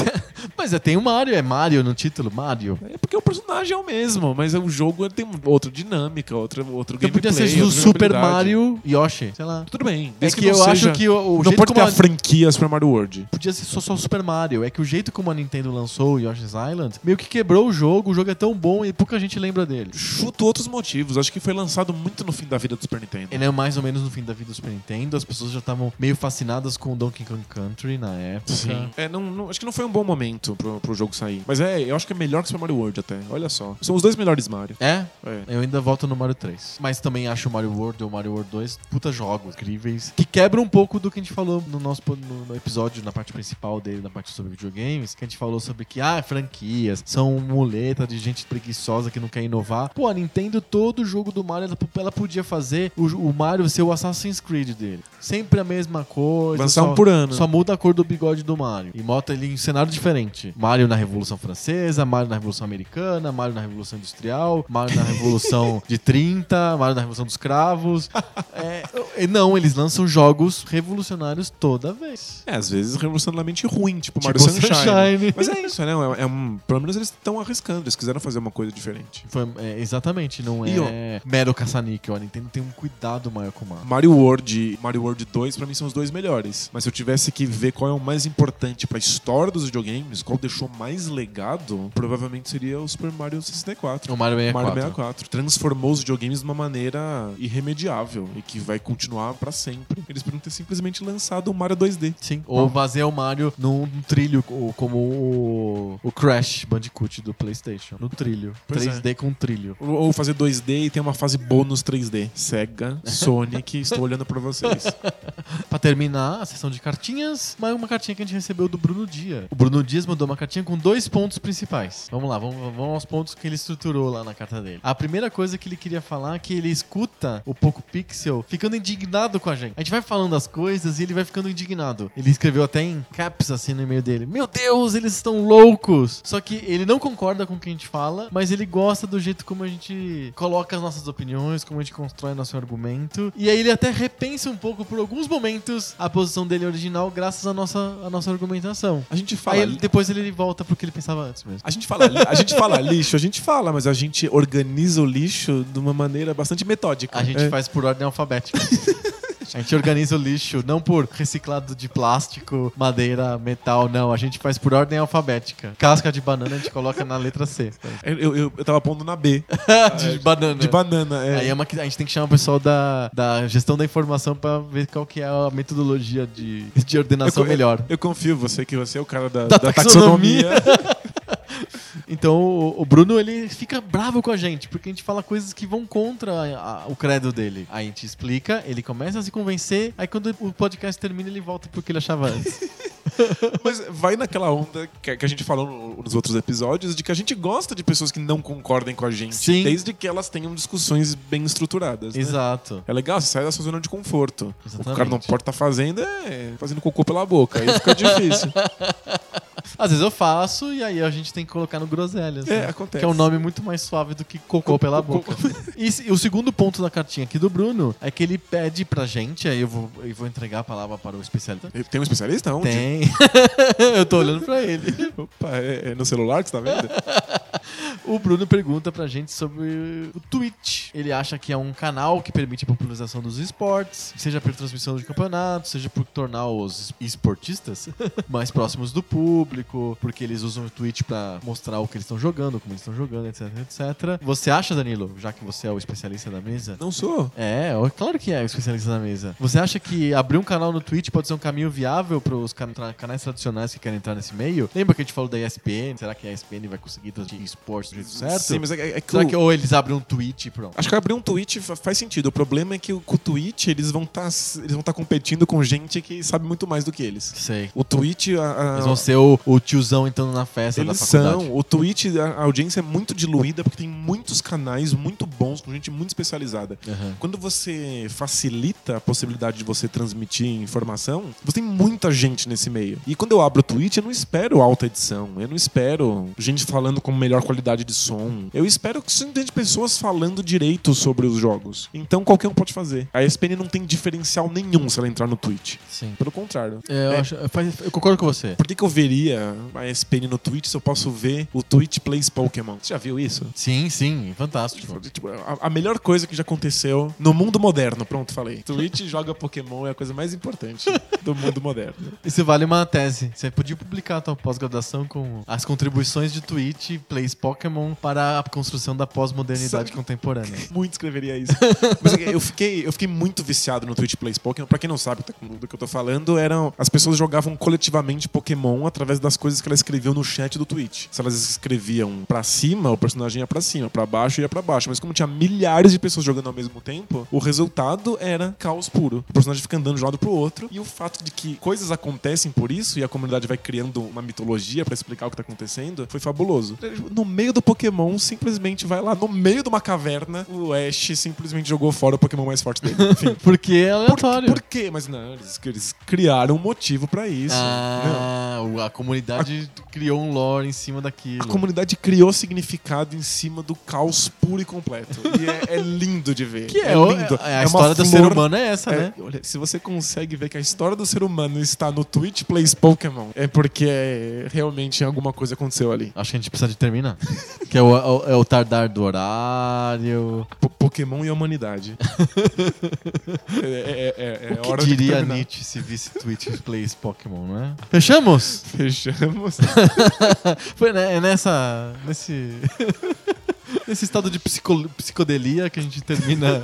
A: mas é, tem o Mario, é Mario no título, Mario.
B: É porque o personagem é o mesmo, mas o jogo é, tem outra dinâmica, outra, outro
A: Então podia
B: gameplay.
A: ser o
B: outra
A: Super
B: jogabilidade.
A: Mario Yoshi, sei lá.
B: Tudo bem.
A: É
B: desde
A: que, eu
B: não seja-
A: acho que o, o
B: não
A: jeito
B: pode ter
A: como
B: a
A: a-
B: franquia Super Mario World.
A: podia ser só, só o Super Mario. É que o jeito como a Nintendo lançou o Yoshi's Island meio que quebrou o jogo. O jogo é tão bom e pouca gente lembra dele.
B: Chuto outros motivos. Acho que foi lançado muito no fim da vida do Super Nintendo.
A: Ele é mais ou menos no fim da vida do Super Nintendo. As pessoas já estavam meio fascinadas com o Donkey Kong Country na época.
B: Sim. É, não, não- acho que não foi um bom momento pro, pro jogo sair. Mas é, eu acho que é melhor que Super Mario World até. Olha só. São os dois melhores Mario.
A: É?
B: É.
A: Eu ainda volto no Mario 3. Mas também acho o Mario World ou o Mario World 2 puta jogos incríveis. Que quebra um pouco do que a gente falou no nosso po- no, no episódio, na parte principal dele, na parte sobre videogames. Que a gente falou sobre que, ah, franquias são muleta de gente preguiçosa que não quer inovar. Pô, a Nintendo, todo jogo do Mario, ela, ela podia fazer o, o Mario ser o Assassin's Creed dele. Sempre a mesma coisa.
B: Lançar
A: só-
B: um por ano.
A: só muda a cor do bigode do Mario. E bota ele em cenário diferente. Mario na Revolução Francesa, Mario na Revolução Americana, Mario na Revolução Industrial, Mario na Revolução de 30, Mario na Revolução dos Cravos. É, eu- não, eles lançam jogos revolucionários toda vez.
B: É, às vezes revolucionariamente ruim, tipo, Mario
A: Tipo
B: Sunshine.
A: Sunshine.
B: Mas é isso, né? É, é um, pelo menos eles estão arriscando, eles quiseram fazer uma coisa diferente.
A: Foi, é, exatamente, não é
B: E, ó,
A: mero caça-níquel. A Nintendo tem um cuidado maior com o Mario.
B: Mario World e Mario World 2, pra mim, são os dois melhores. Mas se eu tivesse que ver qual é o mais importante pra história dos videogames, qual deixou mais legado, provavelmente seria o Super Mario 64.
A: O Mario é 64.
B: Mario 64. Transformou os videogames de uma maneira irremediável e que vai continuar pra sempre. Eles poderiam ter simplesmente lançado o Mario 2D.
A: Sim, ou basear o Mario num, num trilho, ou como o, o Crash Bandicoot do PlayStation. No trilho.
B: Pois é.
A: 3D com trilho.
B: Ou ou fazer 2D e ter uma fase bônus 3D. Sega, Sonic, estou olhando pra vocês.
A: Pra terminar a sessão de cartinhas, mais uma cartinha que a gente recebeu do Bruno Dias. O Bruno Dias mandou uma cartinha com dois pontos principais. Vamos lá, vamos, vamos aos pontos que ele estruturou lá na carta dele. A primeira coisa que ele queria falar é que ele escuta o Poco Pixel ficando indignado com a gente. A gente vai falando as coisas e ele vai ficando indignado. Ele escreveu até em caps assim no e-mail dele. Meu Deus, eles estão loucos! Só que ele não concorda com o que a gente fala, mas ele gosta do jeito como a gente coloca as nossas opiniões, como a gente constrói nosso argumento. E aí ele até repensa um pouco por alguns momentos a posição dele original, graças à nossa, à nossa argumentação.
B: A gente fala.
A: Aí ele- depois ele volta pro que ele pensava antes mesmo.
B: A gente, fala, li- a gente fala lixo, a gente fala, mas a gente organiza o lixo de uma maneira bastante metódica.
A: A gente
B: É.
A: faz por ordem alfabética. A gente organiza o lixo não por reciclado de plástico, madeira, metal, não. A gente faz por ordem alfabética. Casca de banana a gente coloca na letra C.
B: Eu, eu, eu- eu tava pondo na B.
A: de banana.
B: De banana, é.
A: Aí é uma que- a gente tem que chamar o pessoal da, da gestão da informação pra ver qual que é a metodologia de, de ordenação
B: eu,
A: melhor.
B: Eu, eu confio em você que você é o cara da,
A: Da
B: da,
A: taxonomia.
B: taxonomia.
A: Então o, o Bruno ele fica bravo com a gente, porque a gente fala coisas que vão contra a- a- o credo dele. Aí a gente explica, ele começa a se convencer, aí quando o podcast termina, ele volta pro que ele achava antes.
B: Mas vai naquela onda que, que a gente falou no- nos outros episódios de que a gente gosta de pessoas que não concordem com a gente,
A: Sim.
B: desde que elas tenham discussões bem estruturadas. né?
A: Exato.
B: É legal, você sai da sua zona de conforto.
A: Exatamente.
B: O cara não pode estar fazendo é fazendo cocô pela boca. Aí fica difícil.
A: Às vezes eu faço e aí a gente tem que colocar no groselhas.
B: É, acontece.
A: Que é um nome muito mais suave do que cocô pela boca. E se- o segundo ponto da cartinha aqui do Bruno é que ele pede pra gente, aí eu vou, eu vou entregar a palavra para o especialista.
B: Tem um especialista? Onde?
A: Tem. eu tô olhando pra ele.
B: Opa, é, é no celular que você tá vendo?
A: O Bruno pergunta pra gente sobre o Twitch. Ele acha que é um canal que permite a popularização dos esportes, seja por transmissão de campeonatos, seja por tornar os esportistas mais próximos do público, porque eles usam o Twitch pra mostrar o que eles estão jogando, como eles estão jogando, etc, etc. Você acha, Danilo, já que você é o especialista da mesa?
B: Não sou.
A: É, ó, claro que é o especialista da mesa. Você acha que abrir um canal no Twitch pode ser um caminho viável para os canais tradicionais que querem entrar nesse meio? Lembra que a gente falou da ESPN? Será que a ESPN vai conseguir transmitir esportes do jeito certo?
B: Sim, mas é, é- é que,
A: Será
B: o-
A: que ou eles abrem um Twitch e pronto?
B: Acho que abrir um tweet fa- faz sentido. O problema é que o- com o tweet eles vão tá, estar competindo com gente que sabe muito mais do que eles.
A: Sei.
B: O tweet. A, a-
A: Eles vão ser o, o tiozão entrando na festa
B: Eles
A: da faculdade.
B: são. O Twitch, a audiência é muito diluída porque tem muitos canais muito bons com gente muito especializada.
A: Aham.
B: Quando você facilita a possibilidade de você transmitir informação, você tem muita gente nesse meio. E quando eu abro o Twitch, eu não espero alta edição, eu não espero gente falando com melhor qualidade de som. Eu espero que simplesmente pessoas falando direito sobre os jogos. Então qualquer um pode fazer. A ESPN não tem diferencial nenhum se ela entrar no Twitch.
A: Sim.
B: Pelo contrário.
A: É, eu,
B: É.
A: acho- eu faz- eu concordo com você.
B: Por que, que eu veria a ESPN no Twitch se eu posso ver o Twitch Plays Pokémon? Você já viu isso?
A: Sim, sim, fantástico.
B: Tipo, a, a melhor coisa que já aconteceu no mundo moderno, pronto, falei. Twitch joga Pokémon é a coisa mais importante do mundo moderno.
A: Isso vale uma tese. Você podia publicar a tua pós-graduação com as contribuições de Twitch, Plays Pokémon para a construção da pós-modernidade
B: Sabe-
A: contemporânea.
B: Muito escreveria isso. Mas é que eu fiquei, eu fiquei muito viciado no Twitch Plays Pokémon. Pra quem não sabe tá, do que eu tô falando, eram as pessoas jogavam coletivamente Pokémon através das coisas que elas escreviam no chat do Twitch. Se elas escreviam pra cima, o personagem ia pra cima, pra baixo ia pra baixo. Mas como tinha milhares de pessoas jogando ao mesmo tempo, o resultado era caos puro. O personagem fica andando de um lado pro outro e o fato de que coisas acontecem por isso e a comunidade vai criando uma mitologia pra explicar o que tá acontecendo foi fabuloso. No meio do Pokémon, simplesmente vai lá, no meio de uma caverna, o Ash simplesmente jogou fora o Pokémon mais forte dele. Enfim.
A: Porque é
B: Por,
A: aleatório.
B: por quê? Mas não, eles, eles criaram um motivo pra isso. Não.
A: Ah, o- a comunidade criou um lore em cima daquilo.
B: A comunidade criou significado em cima do caos puro e completo. E é, é lindo de ver.
A: que é, o-
B: lindo.
A: é a
B: uma
A: história do
B: flor-
A: ser humano é essa,
B: É,
A: né?
B: Olha, se você consegue ver que a história do ser humano está no Twitch Plays Pokémon, é porque é, realmente alguma coisa aconteceu ali.
A: Acho que a gente precisa de terminar. que é o, o- é o tardar do horário.
B: P- Pokémon e a humanidade. é, é- é- é
A: o que
B: hora de
A: diria
B: terminar.
A: Nietzsche se visse Twitch plays Pokémon, não é? Fechamos?
B: Fechamos.
A: Foi ne- nessa. nesse. nesse estado de psico- psicodelia que a gente termina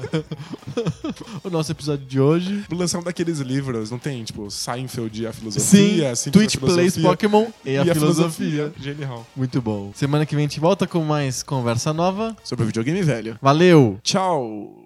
A: o nosso episódio de hoje.
B: Lançaram daqueles livros, não tem? Tipo, Seinfeld e a
A: Sim,
B: filosofia. Simpsons,
A: Twitch
B: assim a filosofia
A: plays Pokémon e
B: E
A: a,
B: a
A: filosofia.
B: filosofia. Genial.
A: Muito bom. Semana que vem a gente volta com mais conversa nova.
B: Sobre o videogame velho.
A: Valeu!
B: Tchau!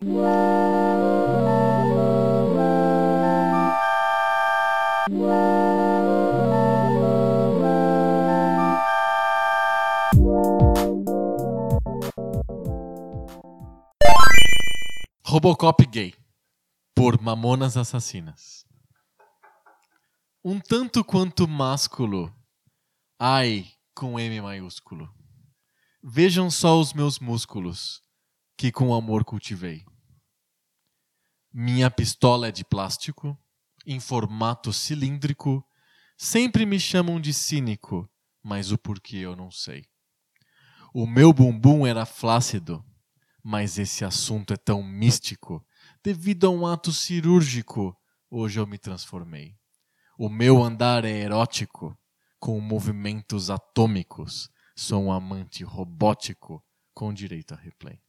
A: Robocop gay por Mamonas Assassinas. Um tanto quanto másculo. Ai, com M maiúsculo. Vejam só os meus músculos, que com amor cultivei. Minha pistola é de plástico, em formato cilíndrico. Sempre me chamam de cínico, mas o porquê eu não sei. O meu bumbum era flácido, mas esse assunto é tão místico. Devido a um ato cirúrgico, hoje eu me transformei. O meu andar é erótico, com movimentos atômicos. Sou um amante robótico, com direito a replay.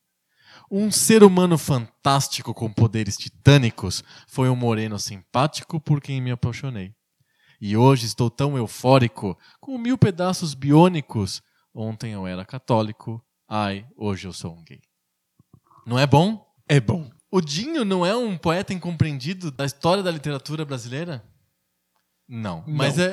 A: Um ser humano fantástico com poderes titânicos foi um moreno simpático por quem me apaixonei. E hoje estou tão eufórico, com mil pedaços biônicos. Ontem eu era católico, ai, hoje eu sou um gay. Não é bom?
B: É bom.
A: O Dinho não é um poeta incompreendido da história da literatura brasileira? Não, mas é.